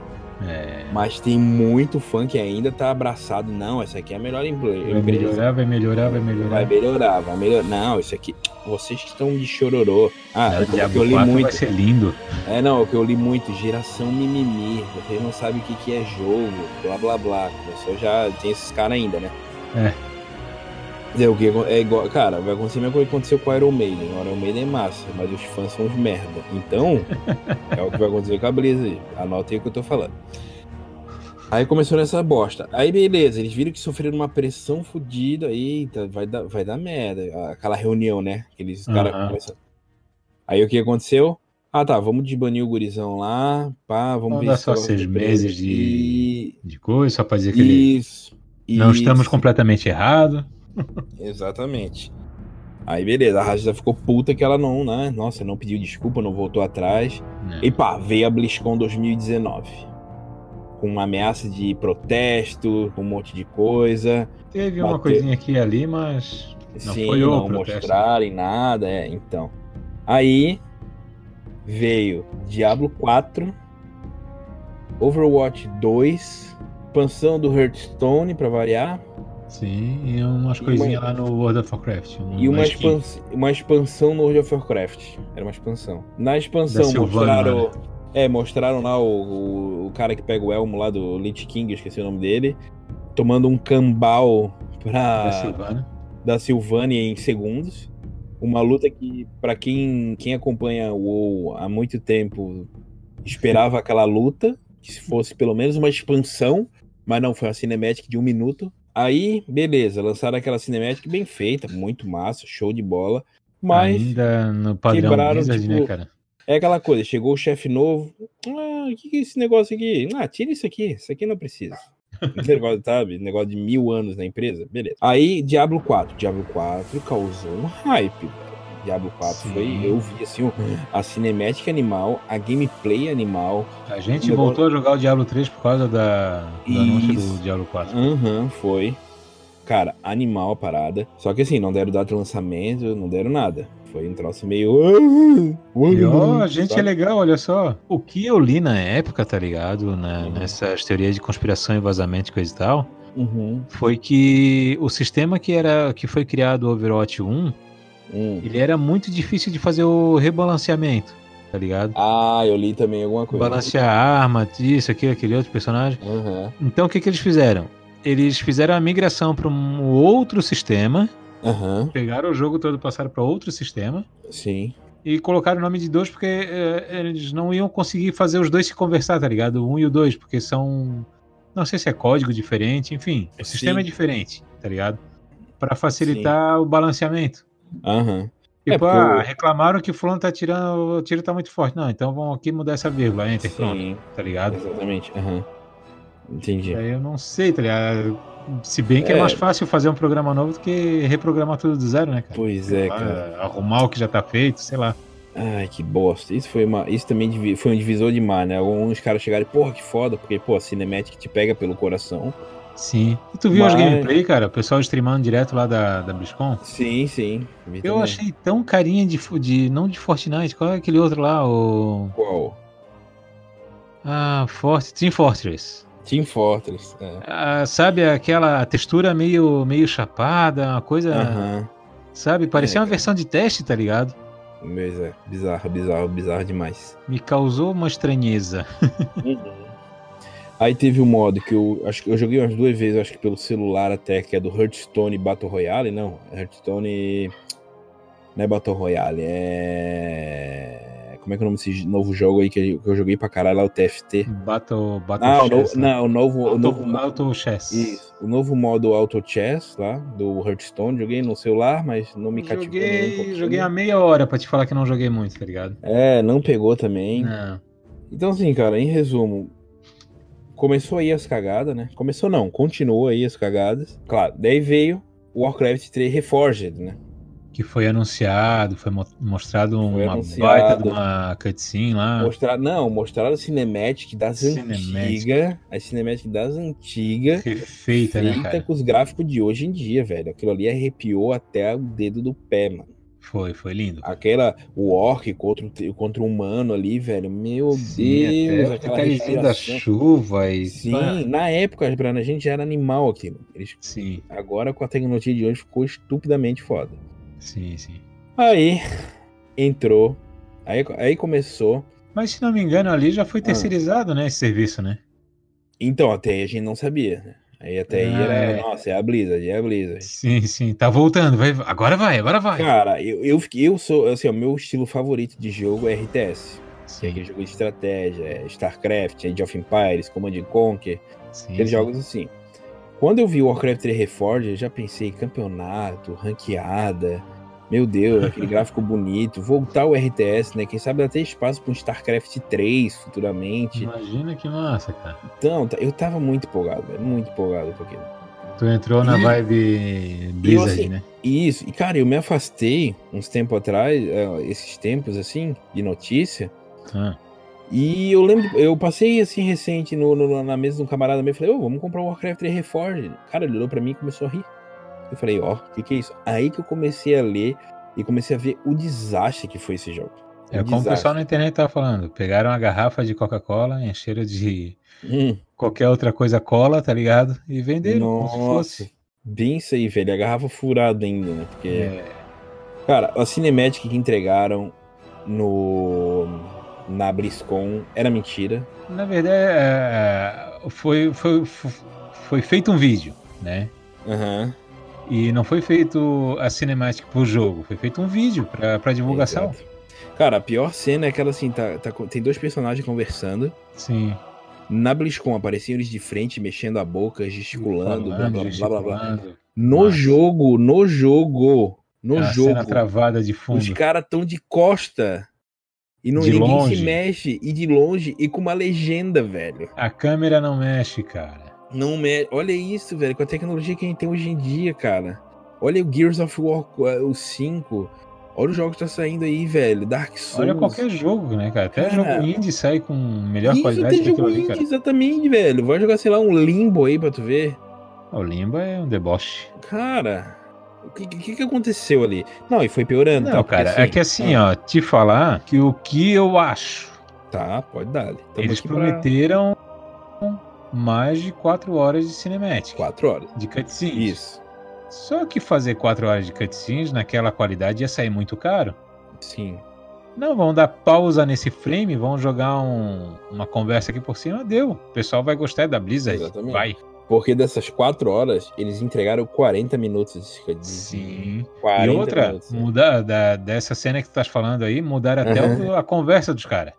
é, Mas tem muito fã que ainda tá abraçado. Não, essa aqui é a melhor emple- vai empresa. melhorar, vai melhorar, vai melhorar. Vai melhorar, vai melhorar. Não, isso aqui. Vocês que estão de chororô. Ah, Ah, é o porque Diablo eu li 4 vai muito. ser lindo. É, não, é o que eu li muito. Geração mimimi. Vocês não sabem o que, que é jogo. Blá blá blá. Começou já. Tem esses caras ainda, né? É. o que é igual. Cara, vai acontecer a mesma coisa que aconteceu com o Iron Maiden. O Iron Maiden é massa, mas os fãs são os merda. Então, é o que vai acontecer com a Blizzard. Anotem o que eu tô falando. Aí começou nessa bosta. Aí beleza, eles viram que sofreram uma pressão fodida. Eita, vai dar, vai dar merda. Aquela reunião, né? Aqueles caras Aham. começam. Aí o que aconteceu? Ah tá, vamos desbanir o gurizão lá. Pá, vamos Vamos ver dar se só tá vai seis ter meses preso. de- De coisa, só pra dizer que ele- Isso. não isso. estamos completamente errados. Exatamente. Aí beleza, a Rasta ficou puta que ela não, né? Nossa, não pediu desculpa, não voltou atrás. né? E pá, veio a BlizzCon 2019. Com uma ameaça de protesto, com um monte de coisa. Teve uma bateu. coisinha aqui e ali, mas. Não Sim, foi o não protesto. né? mostrarem nada, é, então. Aí veio Diablo 4, Overwatch 2, expansão do Hearthstone pra variar, Sim, e umas E coisinhas uma- lá no World of Warcraft. um e uma, skin. expans- uma expansão no World of Warcraft. Era uma expansão. Na expansão Silvana, mostraram. né? É, mostraram lá o, o- o cara que pega o elmo lá do Lich King, eu esqueci o nome dele, tomando um cambal pra, da Silvana. da Silvânia em segundos. Uma luta que, pra quem, quem acompanha o WoW há muito tempo, esperava aquela luta, que se fosse pelo menos uma expansão, mas não, foi uma cinemática de um minuto. Aí, beleza, lançaram aquela cinemática bem feita, muito massa, show de bola. Mas Ainda no padrão quebraram, Blizzard, né, tipo, cara? é aquela coisa, chegou o chefe novo, ah, o que, que é esse negócio aqui? Ah, tira isso aqui, isso aqui não precisa. Esse negócio, sabe? Negócio de mil anos na empresa, beleza. Aí, Diablo 4. Diablo 4 causou um hype. velho. Diablo 4 Sim. foi, eu vi assim, o- a cinemática animal, a gameplay animal. A gente Negócio- voltou a jogar o Diablo 3 por causa da, do anúncio Isso. do Diablo 4. Aham, foi. Cara, animal a parada. Só que assim, não deram data de lançamento, não deram nada. Foi um troço meio. ah, E ó, a gente é um Sabe? legal, olha só. O que eu li na época, tá ligado? Na- Uhum. Nessas teorias de conspiração e vazamento e coisa e tal, Uhum. foi que o sistema que, era, que foi criado o Overwatch 1, Hum. ele era muito difícil de fazer o rebalanceamento, tá ligado? Ah, eu li também alguma coisa. Balancear a arma, isso, aquilo, aquele outro personagem. Aham. Então o que, que eles fizeram? Eles fizeram a migração para um outro sistema, Aham, pegaram o jogo todo, passaram para outro sistema, sim. e colocaram o nome de dois porque eh, eles não iam conseguir fazer os dois se conversar, tá ligado? O um e o dois, porque são. Não sei se é código diferente, enfim. O Sim. sistema é diferente, tá ligado? Pra facilitar o balanceamento. Aham. É, Tipo, porque ah, o- reclamaram que o fulano tá tirando. O tiro tá muito forte. Não, então vão aqui mudar essa vírgula, enter, pronto, Sim, tá ligado? exatamente. Aham. Entendi. Aí eu não sei, tá ligado? Se bem que é. É. mais fácil fazer um programa novo do que reprogramar tudo do zero, né, cara? Pois é, Ah, cara. Arrumar o que já tá feito, sei lá. Ai, que bosta. Isso foi uma, isso também divi- foi um divisor de mar, né? Alguns caras chegaram, porra, que foda, porque pô, a Cinematic te pega pelo coração. Sim. E tu viu as Mas- gameplay, cara? O pessoal streamando direto lá da, da BlizzCon? Sim, sim. vi Eu também. achei tão carinha de, fu- de. Não de Fortnite, qual é aquele outro lá? O. qual? Ah, Fort, Team Fortress. Team Fortress. É. Ah, sabe aquela textura meio, meio chapada, uma coisa. Aham. Sabe? Parecia É, uma cara. versão de teste, tá ligado? Pois é. Bizarro, bizarro, bizarro demais. Me causou uma estranheza. Uhum. Aí teve um modo que eu acho que eu joguei umas duas vezes, acho que pelo celular até, que é do Hearthstone Battle Royale, não. Hearthstone. Não é Battle Royale, é. Como é que é o nome desse novo jogo aí que eu- que eu joguei pra caralho lá, o TFT? Battle, battle Ah, o Chess. né? novo, não, o novo. o Auto, novo- Auto Chess. Isso, o novo modo Auto Chess lá, do Hearthstone, joguei no celular, mas não me cativou nem um Joguei, pouquinho. joguei a meia hora pra te falar que não joguei muito, tá ligado? É, não pegou também. Não. Então, assim, cara, em resumo, começou aí as cagadas, né? Começou não, continuou aí as cagadas. Claro, daí veio o Warcraft 3 Reforged, né? Que foi anunciado, foi mo- mostrado Foi uma anunciado. baita de uma cutscene lá. Mostrar, não, mostraram a Cinematic das Ah. Cinematic. antigas, a Cinematic das antigas, Refeita, né, cara? com os gráficos de hoje em dia, velho. Aquilo ali arrepiou até o dedo do pé, mano. Foi, foi lindo. Aquela, o orc contra, o- contra o humano ali, velho. Meu Sim, Deus, até aquela aquele dia da respiração. chuva e. Sim, na época, Brana, a gente já era animal aquilo. Eles Sim, Agora com a tecnologia de hoje ficou estupidamente foda. sim, sim. Aí entrou, aí, aí começou. Mas se não me engano, ali já Ah. foi terceirizado, né? Esse serviço, né? Então, até aí a gente não sabia, né? Aí até aí Ah, era, é. nossa, é a Blizzard, é a Blizzard. Sim, sim. Tá voltando. Vai, agora vai, agora vai. Cara, eu, eu, fiquei- eu sou, assim, o meu estilo favorito de jogo é RTS. Que é sim, aquele jogo de estratégia, é StarCraft, Age of Empires, Command and Conquer, sim, aqueles sim. jogos assim. Quando eu vi o Warcraft 3 Reforged, eu já pensei, campeonato, ranqueada, meu Deus, aquele gráfico bonito, voltar ao RTS, né? Quem sabe até espaço para um StarCraft 3 Uhum. futuramente. Imagina que massa, cara. Então, tá- eu tava muito empolgado, velho, muito empolgado com aquilo. Tu entrou na E- vibe Blizzard, assim, né? E Isso, e cara, eu me afastei uns tempos atrás, eh, esses tempos assim, de notícia, Ah, E eu lembro, eu passei assim recente no, no- na mesa de um camarada meu e falei, ô, vamos comprar um Warcraft 3 Reforged. Cara, ele olhou pra mim e começou a rir. Eu falei, ó, o que, que é isso? Aí que eu comecei a ler e comecei a ver o desastre que foi esse jogo. é Um como o pessoal desastre. na internet tava falando. Pegaram uma garrafa de Coca-Cola, encheram de Hum, qualquer outra coisa cola, tá ligado? E venderam como se nossa, fosse. bem isso aí, velho. A garrafa furada ainda, né? Porque, É, cara, a cinemática que entregaram no na BlizzCon era mentira. na verdade, é, foi, foi, foi, foi feito um vídeo, né? Aham. E não foi feito a cinemática pro jogo, foi feito um vídeo pra, pra divulgação. Exato. Cara, a pior cena é aquela assim, tá, tá com- tem dois personagens conversando. Sim. Na BlizzCon apareciam eles de frente, mexendo a boca, gesticulando, blá, falando, blá, blá, blá, blá. gesticulando. No Nossa. jogo, no jogo, no Aquela jogo, Tá, cena travada de fundo. os caras estão de costa. E não, De ninguém longe. se mexe, e de longe, e com uma legenda, velho. A câmera não mexe, cara. Não me... Olha isso, velho, com a tecnologia que a gente tem hoje em dia, cara. Olha o Gears of War eh, o 5. Olha os jogos que tá saindo aí, velho. Dark Souls. Olha qualquer jogo, né, cara? Até Cara, jogo indie sai com melhor Isso, qualidade tem que aquilo jogo ali, É. indie, cara. exatamente, velho. Vai jogar, sei lá, um limbo aí pra tu ver. O Limbo é um deboche. Cara, o que, que, que aconteceu ali? Não, e foi piorando. Não, tá? Porque cara, é que assim, ó, te falar que o que eu acho, Tá, pode dar. ali. Tamo eles aqui pra prometeram mais de 4 horas de cinemática, Quatro horas. de cutscenes. Isso. Só que fazer 4 horas de cutscenes naquela qualidade ia sair muito caro. Sim. Não, vão dar pausa nesse frame, vão jogar um- uma conversa aqui por cima, deu. O pessoal vai gostar da Blizzard, Exatamente. Uhum. vai. Porque dessas quatro horas, eles entregaram 40 minutos. de- de- Sim. 40 E outra, minutos. mudar da, dessa cena que tu estás falando aí, mudaram até Aham. o- a conversa dos caras.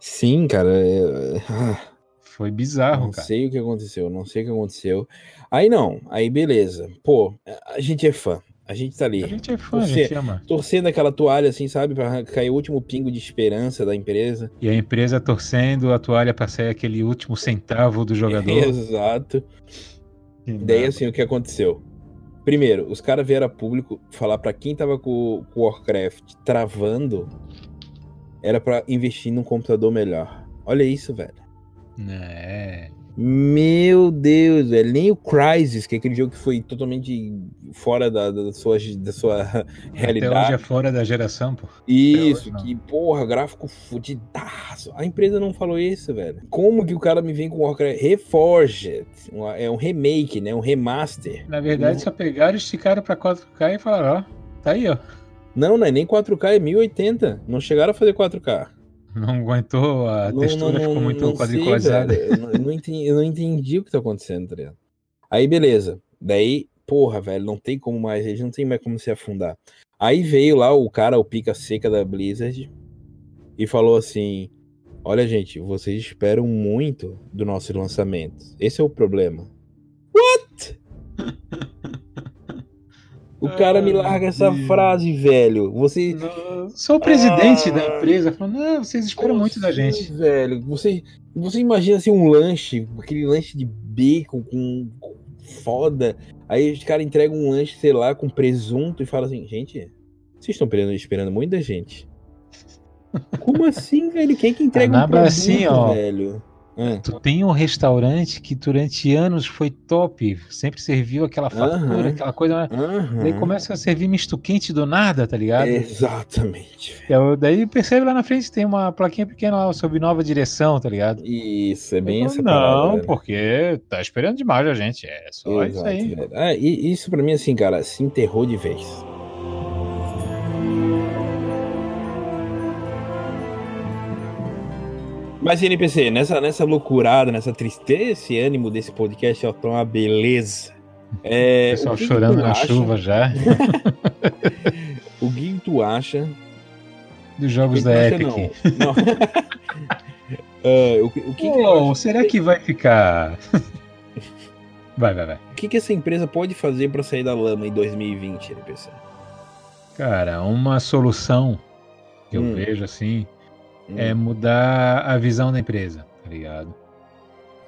Sim, cara. é- ah, Foi bizarro, não cara. sei o que aconteceu, não sei o que aconteceu. Aí não, aí beleza. Pô, a gente é fã. A A gente tá ali. A gente é fã, a Você- gente ama. Torcendo aquela toalha, assim, sabe? Pra cair o último pingo de esperança da empresa. E a empresa torcendo a toalha pra sair aquele último centavo do jogador. Exato. Que Daí, nada. assim, o que aconteceu? Primeiro, os caras vieram a público falar pra quem tava com o Warcraft travando, era pra investir num computador melhor. Olha isso, velho. É. Meu Deus, velho. Nem o Crysis, que é aquele jogo que foi totalmente fora da, da sua, da sua Até hoje realidade. é fora da geração, pô. Isso, não. que porra, gráfico fudidaço. A empresa não falou isso, velho. Como que o cara me vem com Warcraft Reforged? Um- É um remake, né? Um remaster. Na verdade, Uhum. só pegaram, esticaram pra 4K e falaram, ó, tá aí, ó. Não, não é nem 4K, é 1080. Não chegaram a fazer 4K. Não aguentou, a Não- textura não- ficou não- muito não sei, quadriculada. velho. Eu não- eu não entendi, eu não entendi o que tá acontecendo, tá ligado? Aí, beleza. Daí, porra, velho, não tem como mais, eles não tem mais como se afundar. Aí veio lá o cara, o pica seca da Blizzard, e falou assim: Olha, gente, vocês esperam muito do nosso lançamento. Esse é o problema. What? O cara me Ai, meu larga essa Deus. frase, velho. Vocês, Não, Só o presidente Ah. da empresa falou, não, vocês esperam como Tipo, muito da assim, gente. Velho, você, você imagina assim um lanche, aquele lanche de bacon com com foda. Aí os caras entregam um lanche, sei lá, com presunto e falam assim, gente, vocês estão esperando, esperando muito da gente. Como assim, velho? Quem é que entrega um Anaba produto, é assim, ó. velho? Ah, Tu tem um restaurante que durante anos foi top, sempre serviu aquela fatura, Aham. Uhum. aquela coisa, mas aham. daí começa a servir misto quente do nada, tá ligado? É. Exatamente. velho. Eu- daí percebe lá na frente tem uma plaquinha pequena lá sobre nova direção, tá ligado? Isso, é Eu bem falo, essa parada, né? não, velho. porque tá esperando demais a gente, é só isso Exato, aí. velho. Ah, e isso pra mim, assim, cara, se enterrou de vez. Mas, NPC, nessa, nessa loucurada, nessa tristeza, esse ânimo desse podcast, ó, tá uma beleza. O É, pessoal o que que chorando tu na acha- chuva já, O que que tu acha dos jogos Ele da acha Epic. Não. Não. Ah, o, que- o que que eu Uou, acho- será que vai ficar? vai, vai, vai. o que que essa empresa pode fazer pra sair da lama em 2020, NPC? Cara, uma solução que eu Hum. vejo assim Hum, é mudar a visão da empresa, tá ligado?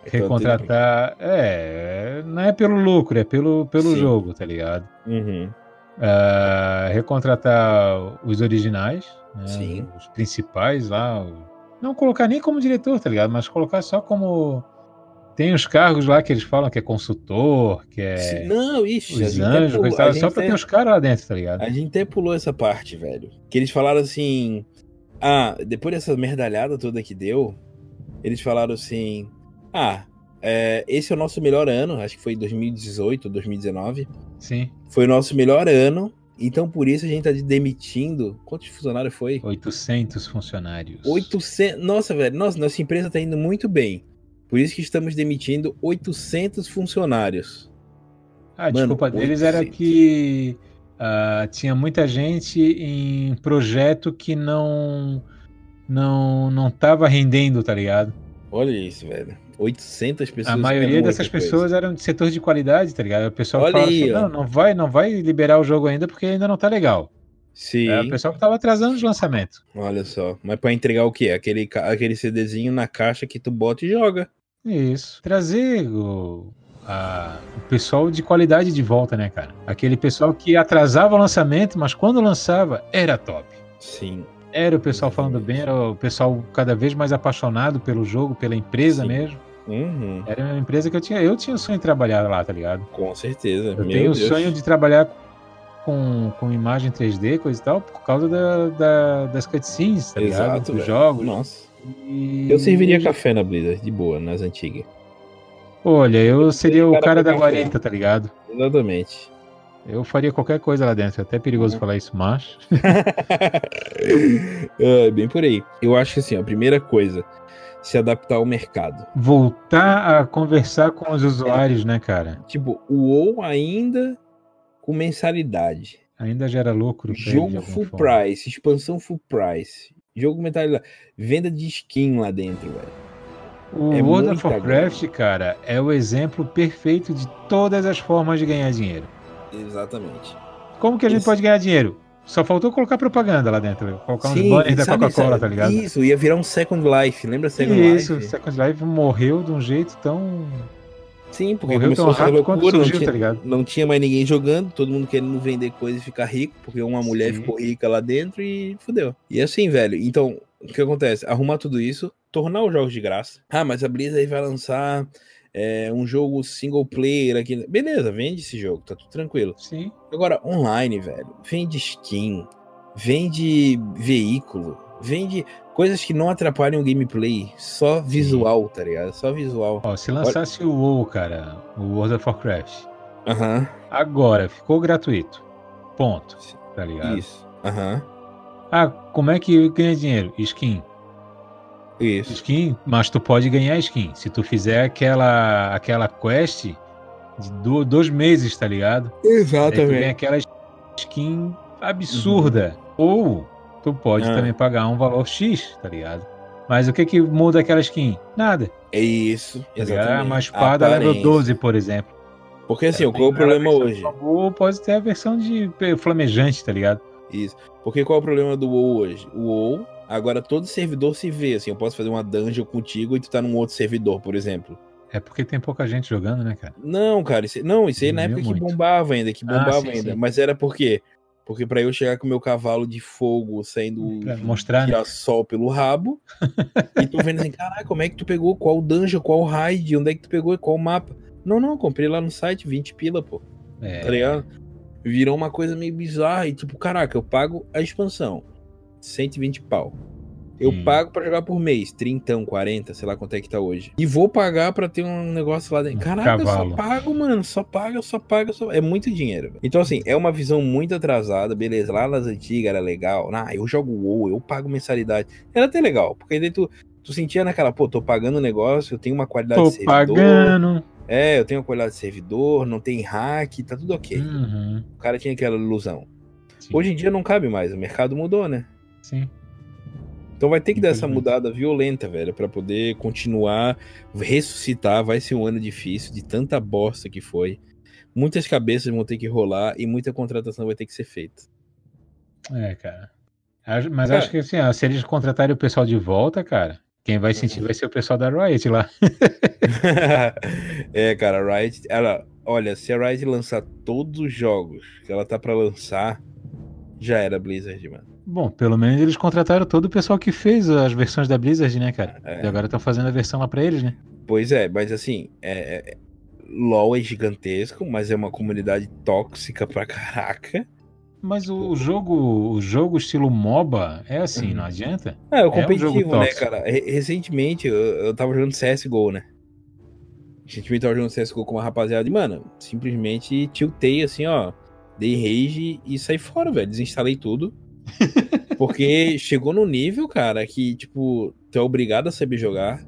então, Recontratar. É, não é pelo lucro, é pelo, pelo Sim. jogo, tá ligado? Uhum. Ah, recontratar os originais, né, Sim. os principais lá. o- Não colocar nem como diretor, tá ligado? Mas colocar só como. Tem os cargos lá que eles falam que é consultor, que é. Se- Não, ixi, a Os gente anjos, até pulou, coisa e a tal, só gente pra até- ter os caras lá dentro, tá ligado? a gente até pulou essa parte, velho. Que eles falaram assim. Ah, depois dessa merdalhada toda que deu, eles falaram assim. Ah, é, esse é o nosso melhor ano, acho que foi 2018 ou 2019. Sim. Foi o nosso melhor ano, então por isso a gente tá demitindo. Quantos funcionários foi? 800 funcionários. 800. Nossa, velho, nossa, nossa empresa tá indo muito bem. Por isso que estamos demitindo 800 funcionários. Ah, a Mano, desculpa deles era 800. que ah, tinha muita gente em projeto que não não não tava rendendo, tá ligado? Olha isso, velho. 800 pessoas. a é maioria muita dessas coisa. pessoas eram de setor de qualidade, tá ligado? O pessoal Olha fala aí, assim, ó. não, não vai, não vai liberar o jogo ainda porque ainda não tá legal. Sim. É o pessoal que tava atrasando os lançamentos. Olha só. Mas pra entregar o quê? Aquele, ca- aquele CDzinho na caixa que tu bota e joga. Isso. Trazer o, a- o pessoal de qualidade de volta, né, cara? Aquele pessoal que atrasava o lançamento, mas quando lançava, era top. Sim. Era o pessoal falando Exatamente. bem, era o pessoal cada vez mais apaixonado pelo jogo, pela empresa Sim. mesmo. Uhum. Era uma empresa que eu tinha. Eu tinha o sonho de trabalhar lá, tá ligado? Com certeza. Eu Meu tenho o Deus. sonho de trabalhar com, com imagem 3D, coisa e tal, por causa da- da- das cutscenes, tá ligado? Exato. Dos velho. jogos. Nossa. E- Eu serviria café na Blizzard, de boa, nas antigas. Olha, eu seria o Cara, cara da pegar um café. guarita, tá ligado? Exatamente. Eu faria qualquer coisa lá dentro, é até perigoso falar isso, mas. É, bem por aí. Eu acho que assim, a primeira coisa, se adaptar ao mercado. Voltar a conversar com os usuários, né, cara? Tipo, o ou ainda com mensalidade. Ainda gera lucro. pra ele de Jogo alguma full forma. price, expansão full price. Jogo mentalidade. Venda de skin lá dentro, velho. O É World of muita Warcraft, cara, é o exemplo perfeito de todas as formas de ganhar dinheiro. Exatamente. Como que a gente Isso. pode ganhar dinheiro? Só faltou colocar propaganda lá dentro, né? colocar uns Sim, banners da sabe- Coca-Cola, sabe- tá ligado? Isso, ia virar um Second Life, lembra Second Isso, Life? Second Life morreu de um jeito tão. Sim, porque morreu começou tão a fazer rápido quanto loucura, não surgiu, tá tinha, ligado? não tinha mais ninguém jogando, todo mundo querendo vender coisa e ficar rico, porque uma mulher Sim. ficou rica lá dentro e fudeu. E assim, velho, então, o que acontece? Arrumar tudo isso, tornar os jogos de graça. Ah, mas a Blizzard aí vai lançar é, um jogo single player aqui. Beleza, vende esse jogo, tá tudo tranquilo. Sim. Agora, online, velho, vende skin, vende veículo, vende coisas que não atrapalham o gameplay, só visual, tá ligado? Só visual. Ó, se lançasse o WoW, cara, o World of Warcraft, Aham, agora ficou gratuito. Ponto. Sim. Tá ligado? isso. Aham, Ah, como é que ganha dinheiro? Skin. isso. Skin, mas tu pode ganhar skin. Se tu fizer aquela, aquela quest de do- dois meses, tá ligado? Aí tu ganha Exatamente. aquela skin absurda. Ou tu pode Ah. também pagar um valor X, tá ligado? Mas o que que muda aquela skin? Nada. É isso, Tá ligado? exatamente. Uma espada level Aparência. 12, por exemplo. Porque assim, Ela qual é o tem problema a versão hoje? do WoW, pode ter a versão de pe- flamejante, tá ligado? Isso. Porque qual é o problema do WoW hoje? O WoW, agora todo servidor se vê, assim, eu posso fazer uma dungeon contigo e tu tá num outro servidor, por exemplo. É porque tem pouca gente jogando, né, cara? Não, cara, isso, não, isso aí na Diminuiu época que é muito. bombava ainda, que Ah, bombava sim, ainda. sim. Mas era por quê? Porque pra eu chegar com meu cavalo de fogo saindo Pra mostrar, né? tirar sol pelo rabo, e tu vendo assim, caralho, como é que tu pegou? Qual dungeon, qual raid, onde é que tu pegou e qual mapa? Não, não, comprei lá no site, 20 pila, pô, tá É, ligado? Virou uma coisa meio bizarra e tipo, caraca, eu pago a expansão, 120 pau. Eu Hum. pago pra jogar por mês, 30, 40, sei lá quanto é que tá hoje. E vou pagar pra ter um negócio lá dentro. Um Caraca, eu cavalo. só pago, mano. Só pago, eu só pago, eu só... É muito dinheiro. velho. Então, assim, é uma visão muito atrasada, beleza. Lá nas antigas era legal. Ah, eu jogo WoW, eu pago mensalidade. Era até legal, porque daí tu, tu sentia naquela, pô, tô pagando um negócio, eu tenho uma qualidade tô de servidor. pagando. É, eu tenho uma qualidade de servidor, não tem hack, tá tudo ok. Uhum. O cara tinha aquela ilusão. Sim, Hoje em dia não cabe mais, o mercado mudou, né? sim. Então vai ter que dar essa Infelizmente. mudada violenta, velho, pra poder continuar, ressuscitar. Vai ser um ano difícil, de tanta bosta que foi. Muitas cabeças vão ter que rolar e muita contratação vai ter que ser feita. É, cara. Acho- Mas Cara. acho que assim, ó, se eles contratarem o pessoal de volta, cara, quem Uhum. vai sentir vai ser o pessoal da Riot lá. é, cara, a Riot. Ela, olha, se a Riot lançar todos os jogos que ela tá pra lançar, já era Blizzard, mano. Bom, pelo menos eles contrataram todo o pessoal que fez as versões da Blizzard, né, cara? É. E agora estão fazendo a versão lá pra eles, né? Pois é, mas assim, é, é- LOL é gigantesco, mas é uma comunidade tóxica pra caraca. Mas o, o jogo, o jogo estilo MOBA é assim, não adianta? Ah, é o um jogo competitivo, né, tóxico. cara? Re- Recentemente eu, eu tava jogando CSGO, né? Recentemente eu tava jogando CSGO com uma rapaziada e, mano, simplesmente tiltei assim, ó. Dei rage e saí fora, velho. Desinstalei tudo. Porque chegou num nível, cara, que, tipo, tu é obrigado a saber jogar.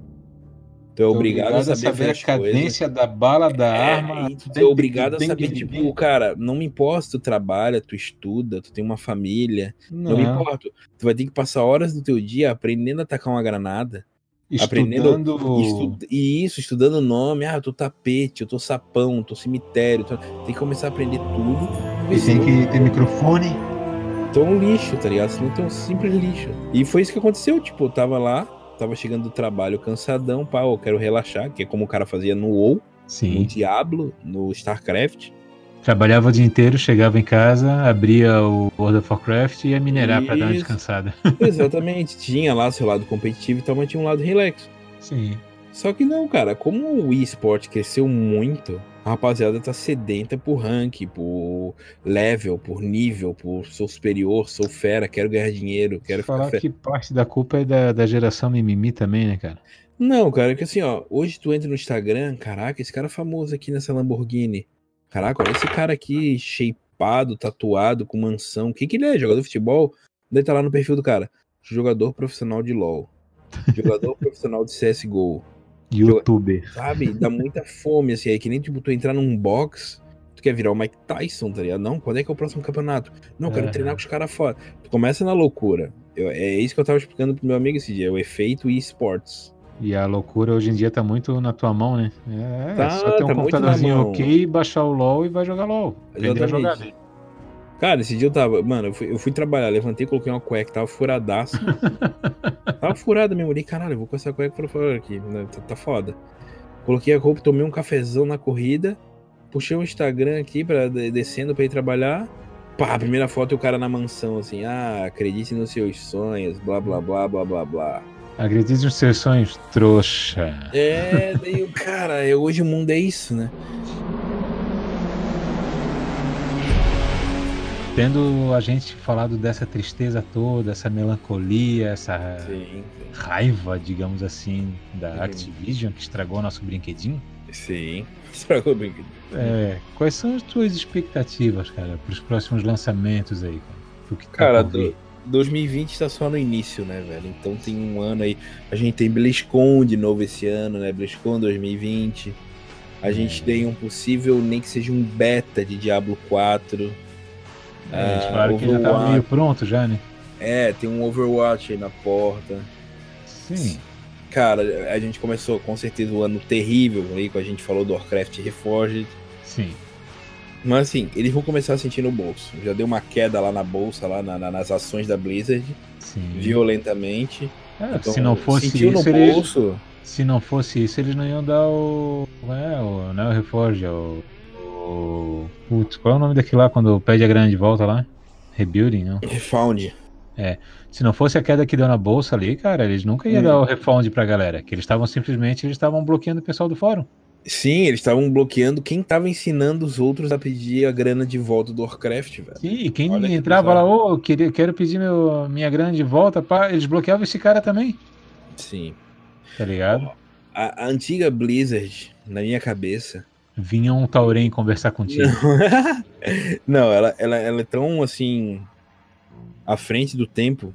Tu é Tô obrigado, a saber, a fazer as coisas. cadência da bala, da É, arma. e tu tu tem é que- obrigado a tem que- saber, tipo, cara, não me importa se tu trabalha, tu estuda, tu tem uma família, não, Não, me importa. Tu vai ter que passar horas do teu dia aprendendo a atacar uma granada, estudando... e, estu- e isso, estudando nome, ah, eu tô tapete, eu tô sapão, eu tô cemitério, eu tô- tem que começar a aprender tudo. E tem que ter microfone. Então é um lixo, tá ligado? Senão tu é um simples lixo. E foi isso que aconteceu, tipo, eu tava lá, tava chegando do trabalho cansadão, pá, eu quero relaxar, que é como o cara fazia no WoW, no Sim. Diablo, no StarCraft. Trabalhava o dia inteiro, chegava em casa, abria o World of Warcraft e ia minerar pra dar uma Isso. descansada. Exatamente, tinha lá seu lado competitivo e tal, mas tinha um lado relax. Sim. Só que não, cara, como o eSport cresceu muito, a rapaziada tá sedenta por rank, por level, por nível, por sou superior, sou fera, quero ganhar dinheiro, quero ficar falar fera. que parte da culpa é da, da geração mimimi também, né, cara? Não, cara, que assim, ó, hoje tu entra no Instagram, caraca, esse cara é famoso aqui nessa Lamborghini. Caraca, olha esse cara aqui, shapeado, tatuado, com mansão. O que que ele é? Jogador de futebol? Daí tá lá no perfil do cara. Jogador profissional de LoL. Jogador profissional de CSGO. Youtuber. Sabe? Dá muita fome, assim. É que nem tipo, tu entrar num box, tu quer virar o Mike Tyson, tá ligado? Não, quando é que é o próximo campeonato? Não, eu quero Aham. treinar com os caras fora. Tu começa na loucura. Eu- é isso que eu tava explicando pro meu amigo esse dia, o efeito esportes. E a loucura hoje em dia tá muito na tua mão, né? É, Tá, só ter um tá muito na computadorzinho mão. ok, baixar o LOL e vai jogar LOL. Aprender a jogar. Exatamente. Cara, esse dia eu tava. Mano, eu fui, eu fui trabalhar, levantei, coloquei uma cueca, tava furadaço. tava furada mesmo. Olhei, caralho, eu vou com essa cueca pra fora aqui. né? Tá, tá foda. Coloquei a roupa, tomei um cafezão na corrida. Puxei o Instagram aqui, pra, de- descendo pra ir trabalhar. Pá, primeira foto e o cara na mansão, assim. Ah, acredite nos seus sonhos, blá, blá, blá, blá, blá, blá. Acredite nos seus sonhos, trouxa. É, daí, o cara, eu- hoje o mundo é isso, né? Tendo a gente falado dessa tristeza toda, essa melancolia, essa Sim, raiva, digamos assim, da Uhum. Activision que estragou nosso brinquedinho. sim. Estragou o brinquedo. É, quais são as tuas expectativas, cara, para os próximos lançamentos aí? Cara, Pro que tá Cara, por vir? 2020 está só no início, né, velho? Então tem um ano aí. A gente tem BlizzCon de novo esse ano, né? BlizzCon 2020. É. A gente tem um possível, nem que seja um beta de Diablo 4. É, eles ah, falaram que já tava Overwatch. meio pronto já, né? É, tem um Overwatch aí na porta. Sim. Cara, a gente começou com certeza o ano terrível aí, que a gente falou do Warcraft Reforged. Sim. Mas assim, eles vão começar a sentir no bolso. Já deu uma queda lá na bolsa, lá na- na- nas ações da Blizzard, Sim. violentamente. Uhum. É, Então, se não fosse sentiu isso, no eles- bolso. se não fosse isso, eles não iam dar o. É, o não é o Reforge, é o. o... Putz, qual é o nome daquele lá quando pede a grana de volta lá? Rebuilding, não? Refound. Se não fosse a queda que deu na bolsa ali, cara, eles nunca iam Hum. dar o refund pra galera. Que eles estavam simplesmente, eles estavam bloqueando o pessoal do fórum. Sim, eles estavam bloqueando quem tava ensinando os outros a pedir a grana de volta do Warcraft, velho. Sim, e quem Olha que entrava lá, bizarro. ô, eu queria, quero pedir meu, minha grana de volta, pá, eles bloqueavam esse cara também, Sim. tá ligado? A, a antiga Blizzard, na minha cabeça. Vinha um Taurém conversar contigo. Não, Não, ela, ela, ela é tão assim. à frente do tempo.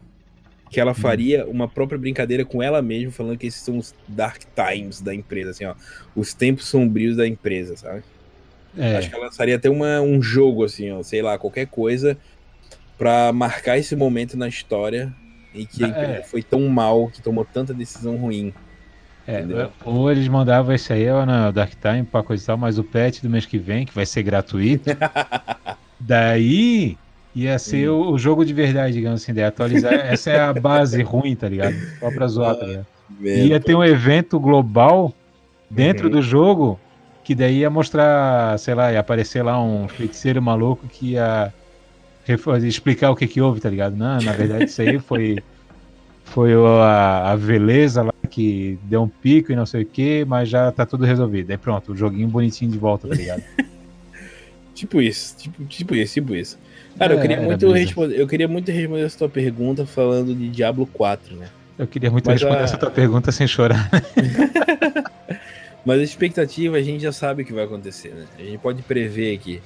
Que ela faria uma própria brincadeira com ela mesma, falando que esses são os dark times da empresa, assim, ó. Os tempos sombrios da empresa, sabe? Acho É, que ela lançaria até uma, um jogo, assim, ó, sei lá, qualquer coisa, pra marcar esse momento na história em que a É. empresa foi tão mal, que tomou tanta decisão ruim. é, entendeu? ou eles mandavam esse aí ó, na Dark Time pra coisa e tal, mas o patch do mês que vem, que vai ser gratuito, daí ia ser o, o jogo de verdade, digamos assim, de atualizar. Essa é a base ruim, tá ligado? Só pra zoar, tá ligado? Velho, ia ter um evento global dentro Uhum. do jogo que daí ia mostrar, sei lá, ia aparecer lá um feiticeiro maluco que ia refo- explicar o que que houve, tá ligado? Não, na verdade isso aí foi foi o- a, a beleza lá que deu um pico e não sei o que, mas já tá tudo resolvido. Aí pronto, o joguinho bonitinho de volta, tá ligado? Tipo isso, tipo, tipo isso, tipo isso. Cara, eu É, queria era muito brisa. responder, eu queria muito responder essa tua pergunta falando de Diablo 4, né? Eu queria muito Mas responder a- essa tua pergunta sem chorar. Mas a expectativa a gente já sabe o que vai acontecer, né? A gente pode prever aqui.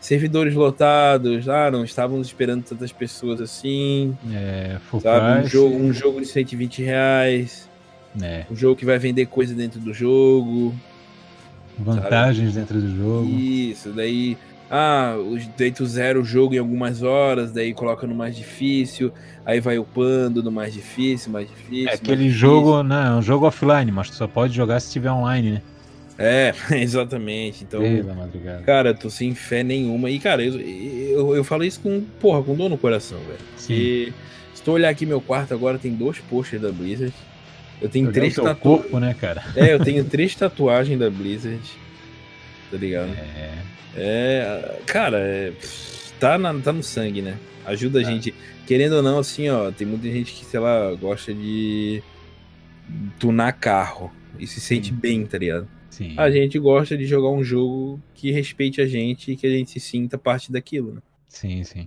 Servidores lotados, ah, não estávamos esperando tantas pessoas assim, É, full sabe? Um price, jogo, um jogo de 120 reais. né? Um jogo que vai vender coisa dentro do jogo. Vantagens dentro do jogo. Isso, daí. Ah, os- daí tu zera o jogo em algumas horas, daí coloca no mais difícil, aí vai upando no mais difícil, mais difícil. É mais aquele difícil. jogo, né? É um jogo offline, mas tu só pode jogar se tiver online, né? É, exatamente. Então, Pela madrugada. cara, eu tô sem fé nenhuma. E, cara, eu, eu, eu falo isso com, porra, com dor no coração, velho. Sim. Porque se tu olhar aqui meu quarto agora, tem dois posters da Blizzard. Eu tenho Olhar três o teu tatuagens. corpo, né, cara? É, eu tenho três tatuagens da Blizzard. Tá ligado? É. É, cara, é, pff, tá, na- tá no sangue, né? Ajuda É. a gente. Querendo ou não, assim, ó, tem muita gente que, sei lá, gosta de tunar carro e se sente Sim. bem, tá ligado? Sim. A gente gosta de jogar um jogo que respeite a gente e que a gente se sinta parte daquilo, né? Sim, sim.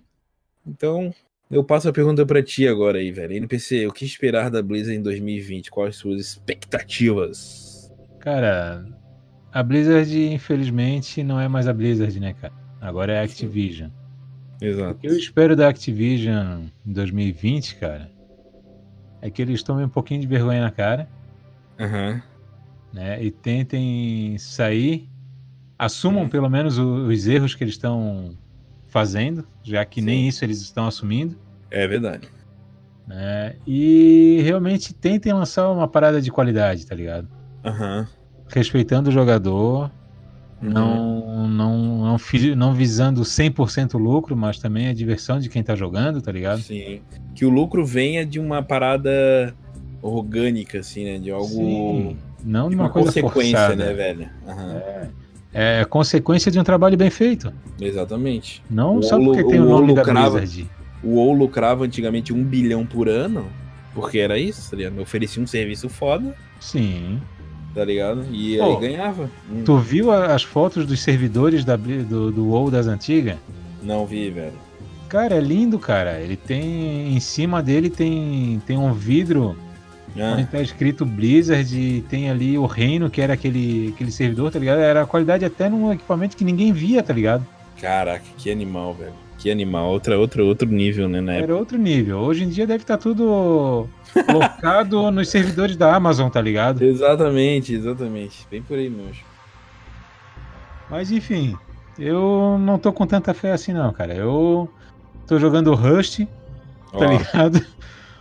Então, eu passo a pergunta pra ti agora aí, velho. NPC, o que esperar da Blizzard em 2020? Quais suas expectativas? Cara, a Blizzard, infelizmente, não é mais a Blizzard, né, cara? Agora é a Activision. O Exato. que eu espero da Activision em 2020, cara, é que eles tomem um pouquinho de vergonha na cara, Aham. né? E tentem sair, É. assumam pelo menos o- os erros que eles estão fazendo, já que Sim. nem isso eles estão assumindo. É verdade. né? E realmente tentem lançar uma parada de qualidade, tá ligado? Aham. Respeitando o jogador, É. Não, não, não, fi- não visando 100% lucro, mas também a diversão de quem tá jogando, tá ligado? Sim. Que o lucro venha de uma parada orgânica, assim, né? De algo. Sim, não de de uma, uma coisa consequência, forçada. né, velho? Aham, É consequência de um trabalho bem feito. Exatamente. Não O só porque lu- tem o o nome da lucrava. Blizzard. O WoW lucrava antigamente um bilhão por ano, porque era isso, tá ligado? Oferecia um serviço foda, Sim. tá ligado? E Pô, aí ganhava. Hum, Tu viu a- as fotos dos servidores da, Bli- do, do WoW das antigas? Não vi, velho. Cara, é lindo, cara. Ele tem. Em cima dele tem, tem um vidro onde Ah, tá escrito Blizzard e tem ali o reino, que era aquele, aquele servidor, tá ligado? Era a qualidade até num equipamento que ninguém via, tá ligado? caraca, que animal, velho. Que animal. Outra, outra, outro nível, né, na época. Era outro nível. Hoje em dia deve estar tudo colocado nos servidores da Amazon, tá ligado? Exatamente, exatamente. Bem por aí mesmo. Mas enfim, eu não tô com tanta fé assim não, cara. Eu tô jogando Rust, tá Ó, ligado?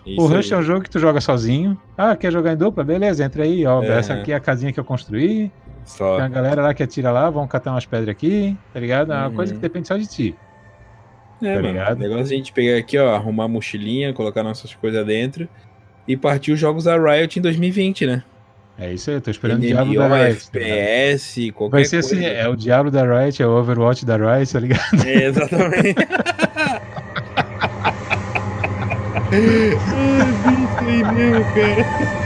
isso O Rust aí. é um jogo que tu joga sozinho. Ah, quer jogar em dupla? Beleza, entra aí, ó. É. Essa aqui é a casinha que eu construí. Só. Tem uma galera lá que atira lá, vão catar umas pedras aqui, tá ligado? É uma Uhum. coisa que depende só de ti. É, tá mano. ligado? O negócio é a gente pegar aqui, ó, arrumar a mochilinha, colocar nossas coisas dentro e partir os jogos da Riot em 2020, né? É isso aí, eu tô esperando o Diablo MMO, da Riot. tá ligado? FPS, qualquer Vai ser coisa. assim, é o Diablo da Riot, é o Overwatch da Riot, tá ligado? É, exatamente. Ai, bicho, aí mesmo, cara.